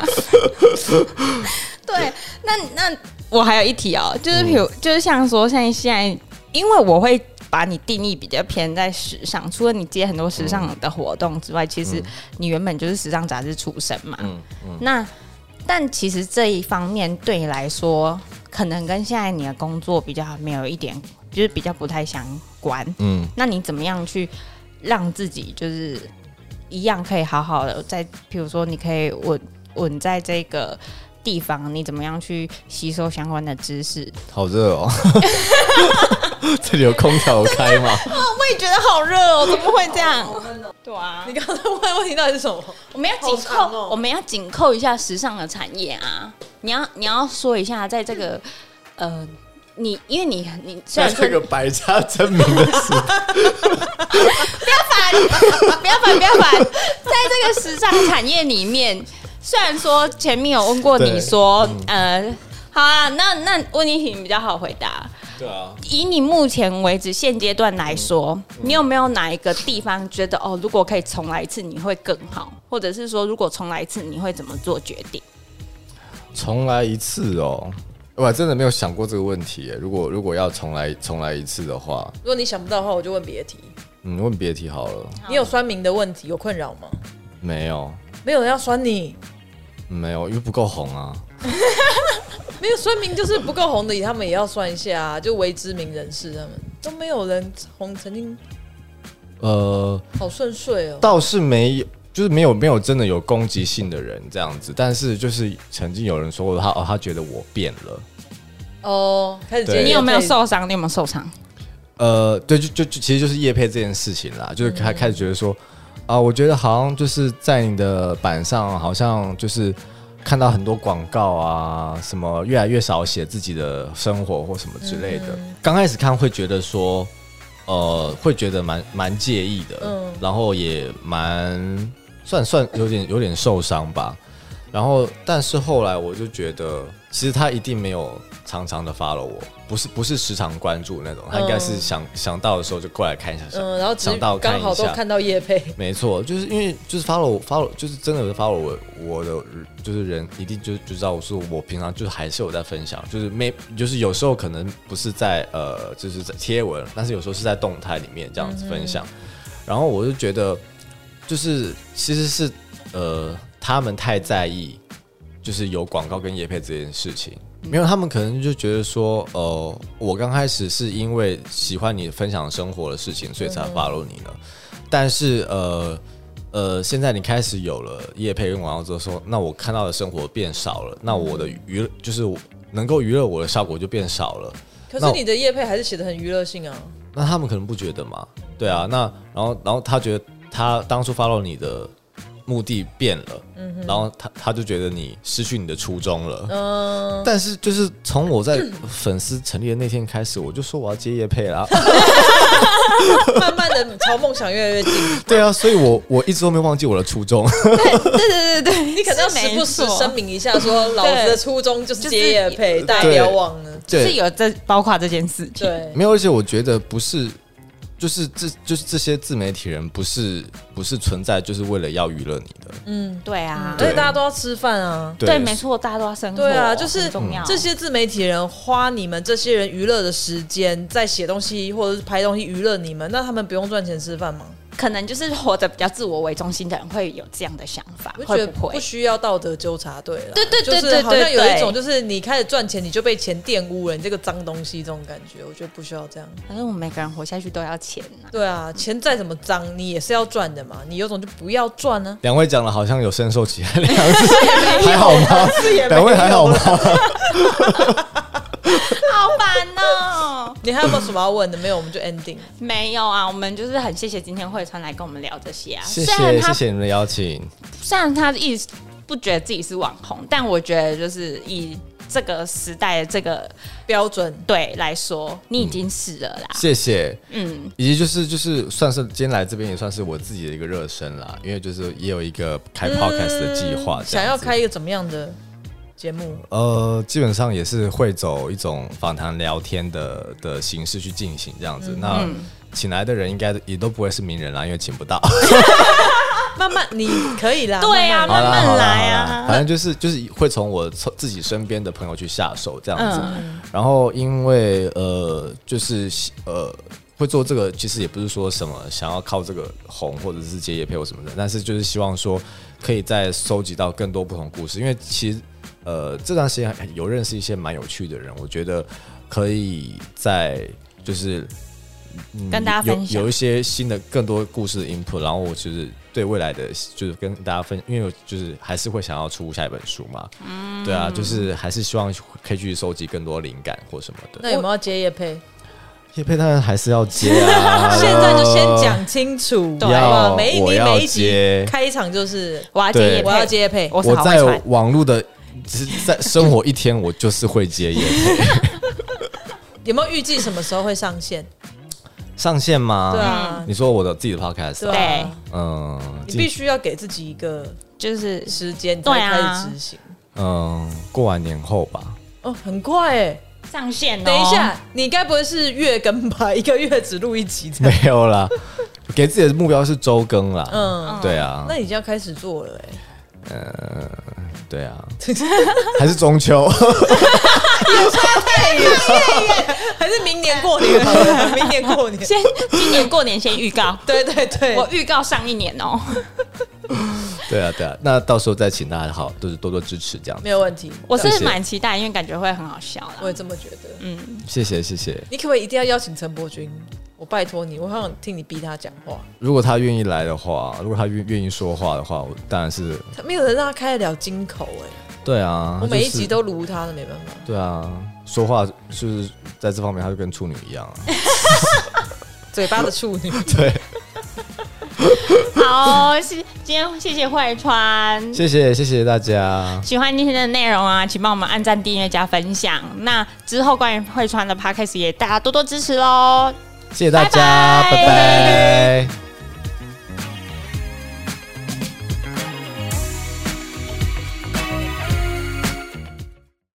Speaker 1: 对，那那我还有一题哦，就是比如、就是像说像现在，因为我会把你定义比较偏在时尚，除了你接很多时尚的活动之外，其实你原本就是时尚杂志出身嘛。
Speaker 3: 嗯
Speaker 1: 那但其实这一方面对你来说，可能跟现在你的工作比较没有一点，就是比较不太相关。
Speaker 3: 嗯，
Speaker 1: 那你怎么样去让自己就是一样可以好好的在，比如说你可以稳稳在这个地方，你怎么样去吸收相关的知识？
Speaker 3: 好热哦， 这里有空调开 吗？
Speaker 1: 我也觉得好热哦，怎么会这样？对啊
Speaker 2: 你，刚才问的问题到底是什么？
Speaker 1: 我们要
Speaker 2: 好
Speaker 1: 紧
Speaker 2: 长
Speaker 1: 扣，
Speaker 2: 哦
Speaker 1: 我们要紧扣一下时尚的产业啊！你要你要说一下，在这个呃，你因为你你虽
Speaker 4: 在
Speaker 1: 然说
Speaker 4: 这个百家争鸣的时代，
Speaker 1: 不要烦，不要烦，在这个时尚产业里面，虽然说前面有问过你说，呃，好啊，那那问你题比较好回答。
Speaker 4: 对啊，
Speaker 1: 以你目前为止现阶段来说，你有没有哪一个地方觉得哦，如果可以重来一次，你会更好？或者是说，如果重来一次，你会怎么做决定？
Speaker 3: 重来一次哦，
Speaker 4: 我还真的没有想过这个问题耶。如果如果要重来重来一次的话，
Speaker 2: 如果你想不到的话，我就问别的题。
Speaker 3: 嗯，问别的题好了，
Speaker 2: 你有酸民的问题有困扰吗？
Speaker 3: 没有。
Speaker 2: 没有人要酸你，
Speaker 3: 没有，因为不够红啊。
Speaker 2: 没有酸民就是不够红的，他们也要酸一下啊，就为知名人士，他们都没有人红，曾经
Speaker 3: 呃，
Speaker 2: 好顺遂哦。
Speaker 3: 倒是没有，就是没有没有真的有攻击性的人这样子，但是就是曾经有人说过他哦，他觉得我变了。
Speaker 2: 哦，开始
Speaker 3: 对
Speaker 2: 接
Speaker 1: 你有没有受伤？你有没有受伤？
Speaker 3: 呃，对，就就就其实就是叶配这件事情啦，就是
Speaker 2: 嗯
Speaker 3: 开开始觉得说啊、我觉得好像就是在你的板上，好像就是看到很多广告啊，什么越来越少写自己的生活或什么之类的。
Speaker 2: 嗯
Speaker 3: 刚开始看会觉得说，呃，会觉得蛮蛮介意的，
Speaker 2: 嗯
Speaker 3: 然后也蛮算算有点有点受伤吧。然后，但是后来我就觉得，其实他一定没有常常的 follow 我，不是不是时常关注那种，他应该是
Speaker 2: 嗯
Speaker 3: 想、想到的时候就过来看一下，想
Speaker 2: 嗯，然后只
Speaker 3: 想到看
Speaker 2: 刚
Speaker 3: 一
Speaker 2: 好都
Speaker 3: 下，
Speaker 2: 看到叶佩，
Speaker 3: 没错，就是因为就是 follow follow，就是真的有 follow 我我的就是人，一定就就知道我说我平常就是还是有在分享，就是没就是有时候可能不是在呃就是在贴文，但是有时候是在动态里面这样子分享。然后我就觉得，就是其实是呃他们太在意，就是有广告跟业配这件事情。没有，他们可能就觉得说，呃，我刚开始是因为喜欢你分享生活的事情，所以才 follow 你的。但是呃，呃，现在你开始有了业配跟广告之后说那我看到的生活变少了，那我的娱乐就是我能够娱乐我的效果就变少了。
Speaker 2: 可
Speaker 3: 那
Speaker 2: 是
Speaker 3: 我
Speaker 2: 你的业配还是写的很娱乐性啊，
Speaker 3: 那他们可能不觉得嘛，对啊，那然后然后他觉得他当初 follow 你的目的变了，然后他他就觉得你失去你的初衷了，
Speaker 2: 嗯，
Speaker 3: 但是就是从我在粉丝成立的那天开始，我就说我要接叶配啦，
Speaker 2: 慢慢的朝梦想越来越近，
Speaker 3: 对啊，所以我我一直都没忘记我的初衷，
Speaker 1: 对对对对，你
Speaker 2: 你可能要时不时声明一下，说老子的初衷就是
Speaker 1: 就是
Speaker 2: 接业配，大家不
Speaker 3: 对
Speaker 2: 要忘了。
Speaker 1: 就是有这包括这件事情。
Speaker 2: 对，
Speaker 3: 没有，而且我觉得不是，就是这就是这些自媒体人不是不是存在就是为了要娱乐你的，
Speaker 2: 嗯，
Speaker 1: 对啊
Speaker 2: 而，且大家都要吃饭啊。
Speaker 1: 对，没错，大家都要生活，
Speaker 2: 对啊，就是
Speaker 1: 很重要。
Speaker 2: 这些自媒体人花你们这些人娱乐的时间，在写东西或者是拍东西娱乐你们，那他们不用赚钱吃饭吗？
Speaker 1: 可能就是活得比较自我为中心的人会有这样的想法，
Speaker 2: 我就觉
Speaker 1: 会
Speaker 2: 得
Speaker 1: 不
Speaker 2: 不
Speaker 1: 会？
Speaker 2: 需要道德纠察队了。
Speaker 1: 对对对
Speaker 2: 就是好像
Speaker 1: 对对
Speaker 2: 有
Speaker 1: 对
Speaker 2: 一种就是你开始赚钱，你就被钱玷污了，你这个脏东西这种感觉，我觉得不需要这样。
Speaker 1: 反正我们每个人活下去都要钱呐、
Speaker 2: 对啊，钱再怎么脏，你也是要赚的 嘛，你有种就不要赚呢、
Speaker 3: 两位讲的好像有深受其害的 样子， 还好吗？两位还好吗？
Speaker 1: 好烦哦！
Speaker 2: 你还有没有什么要问的？没有，我们就 ending。
Speaker 1: 没有啊，我们就是很谢谢今天慧川来跟我们聊这些啊。
Speaker 3: 谢
Speaker 1: 虽然
Speaker 3: 谢
Speaker 1: 他
Speaker 3: 谢谢你们的邀请，
Speaker 1: 虽然他一直不觉得自己是网红，但我觉得就是以这个时代的这个
Speaker 2: 标准
Speaker 1: 对来说，你已经是了啦。
Speaker 3: 谢谢。
Speaker 1: 嗯，
Speaker 3: 以及就是就是算是今天来这边也算是我自己的一个热身啦，因为就是也有一个开
Speaker 1: 嗯
Speaker 3: podcast 的计划、这
Speaker 2: 想
Speaker 3: 样
Speaker 2: 要
Speaker 3: 子
Speaker 2: 开一个怎么样的节目？
Speaker 3: 呃，基本上也是会走一种访谈聊天的的形式去进行这样子。那请来的人应该也都不会是名人啦，因为请不到。
Speaker 2: 慢慢，你可以啦。
Speaker 1: 对啊，
Speaker 2: 慢慢
Speaker 1: 慢
Speaker 3: 啦好
Speaker 1: 慢
Speaker 3: 啦
Speaker 1: 来
Speaker 3: 好啦
Speaker 1: 啊。
Speaker 3: 反正就是就是会从我从自己身边的朋友去下手这样子。然后因为呃，就是呃。会做这个，其实也不是说什么想要靠这个红或者是接业配或什么的，但是就是希望说可以再收集到更多不同故事，因为其实呃这段时间还有认识一些蛮有趣的人，我觉得可以在就是
Speaker 1: 跟大家分
Speaker 3: 有
Speaker 1: 享
Speaker 3: 有一些新的更多故事的 input，然后我就是对未来的就是跟大家分，因为我就是还是会想要出下一本书嘛，
Speaker 2: 嗯
Speaker 3: 对啊，就是还是希望可以去收集更多灵感或什么的。
Speaker 2: 那有没有要接叶配？
Speaker 3: 叶佩当然还是要接 啊，
Speaker 2: 现在就先讲清楚，
Speaker 3: 对
Speaker 2: 好吧
Speaker 3: 要
Speaker 2: 每一
Speaker 3: 我
Speaker 2: 你
Speaker 3: 要
Speaker 2: 每一集
Speaker 3: 接
Speaker 2: 开场就是
Speaker 1: 我要接
Speaker 3: 对
Speaker 1: 业配，
Speaker 2: 我要接叶配，
Speaker 1: 我是
Speaker 3: 我
Speaker 1: 好会
Speaker 3: 在
Speaker 1: 传。
Speaker 3: 网络的只是在生活一天，我就是会接叶佩
Speaker 2: 有没有预计什么时候会上线？
Speaker 3: 上线吗？
Speaker 2: 对啊，
Speaker 3: 你说我的自己的 podcast，
Speaker 2: 对啊，
Speaker 3: 嗯，
Speaker 2: 你必须要给自己一个
Speaker 1: 就是
Speaker 2: 时间，你才会
Speaker 1: 对
Speaker 2: 开
Speaker 1: 啊
Speaker 2: 始执行。
Speaker 3: 嗯，过完年后吧，
Speaker 2: 哦，很快哎！
Speaker 1: 上线哦。
Speaker 2: 等一下，你该不会是月更吧？一个月只录一集这样？
Speaker 3: 没有啦，给自己的目标是周更啦，
Speaker 2: 嗯，
Speaker 3: 对啊
Speaker 2: 那，你就要开始做了哎。
Speaker 3: 对啊，还是中秋，
Speaker 2: 还是明年过年好了， 明年过年。
Speaker 1: 先 今年过年先预告，
Speaker 2: 对对对，
Speaker 1: 我预告上一年哦。
Speaker 3: 对啊，对啊，那到时候再请大家好，就是多多支持这样子
Speaker 2: 没，有问题，
Speaker 1: 我
Speaker 3: 谢
Speaker 1: 是
Speaker 3: 谢
Speaker 1: 蛮期待，因为感觉会很好笑
Speaker 2: 我
Speaker 1: 啦。
Speaker 2: 也这么觉得。
Speaker 3: 谢谢谢谢。
Speaker 2: 你可不可以一定要邀请陈柏君？我拜托你，我好想听你逼他讲话。
Speaker 3: 如果他愿意来的话，如果他愿愿意说话的话，我当然是
Speaker 2: 他没有人让他开得了金口哎、
Speaker 3: 对啊，
Speaker 2: 我每一
Speaker 3: 就是
Speaker 2: 集都撸他的，没办法。
Speaker 3: 对啊，说话就是在这方面，他就跟处女 一样啊。
Speaker 2: 嘴巴的处女，
Speaker 3: 对，
Speaker 1: 好，谢今天谢谢慧川。
Speaker 3: 谢谢谢谢大家，
Speaker 1: 喜欢今天的内容啊，请帮我们按赞、订阅、加分享。那之后关于慧川的 podcast 也大家多多支持喽。
Speaker 3: 谢谢大家，
Speaker 1: 拜拜
Speaker 3: 拜拜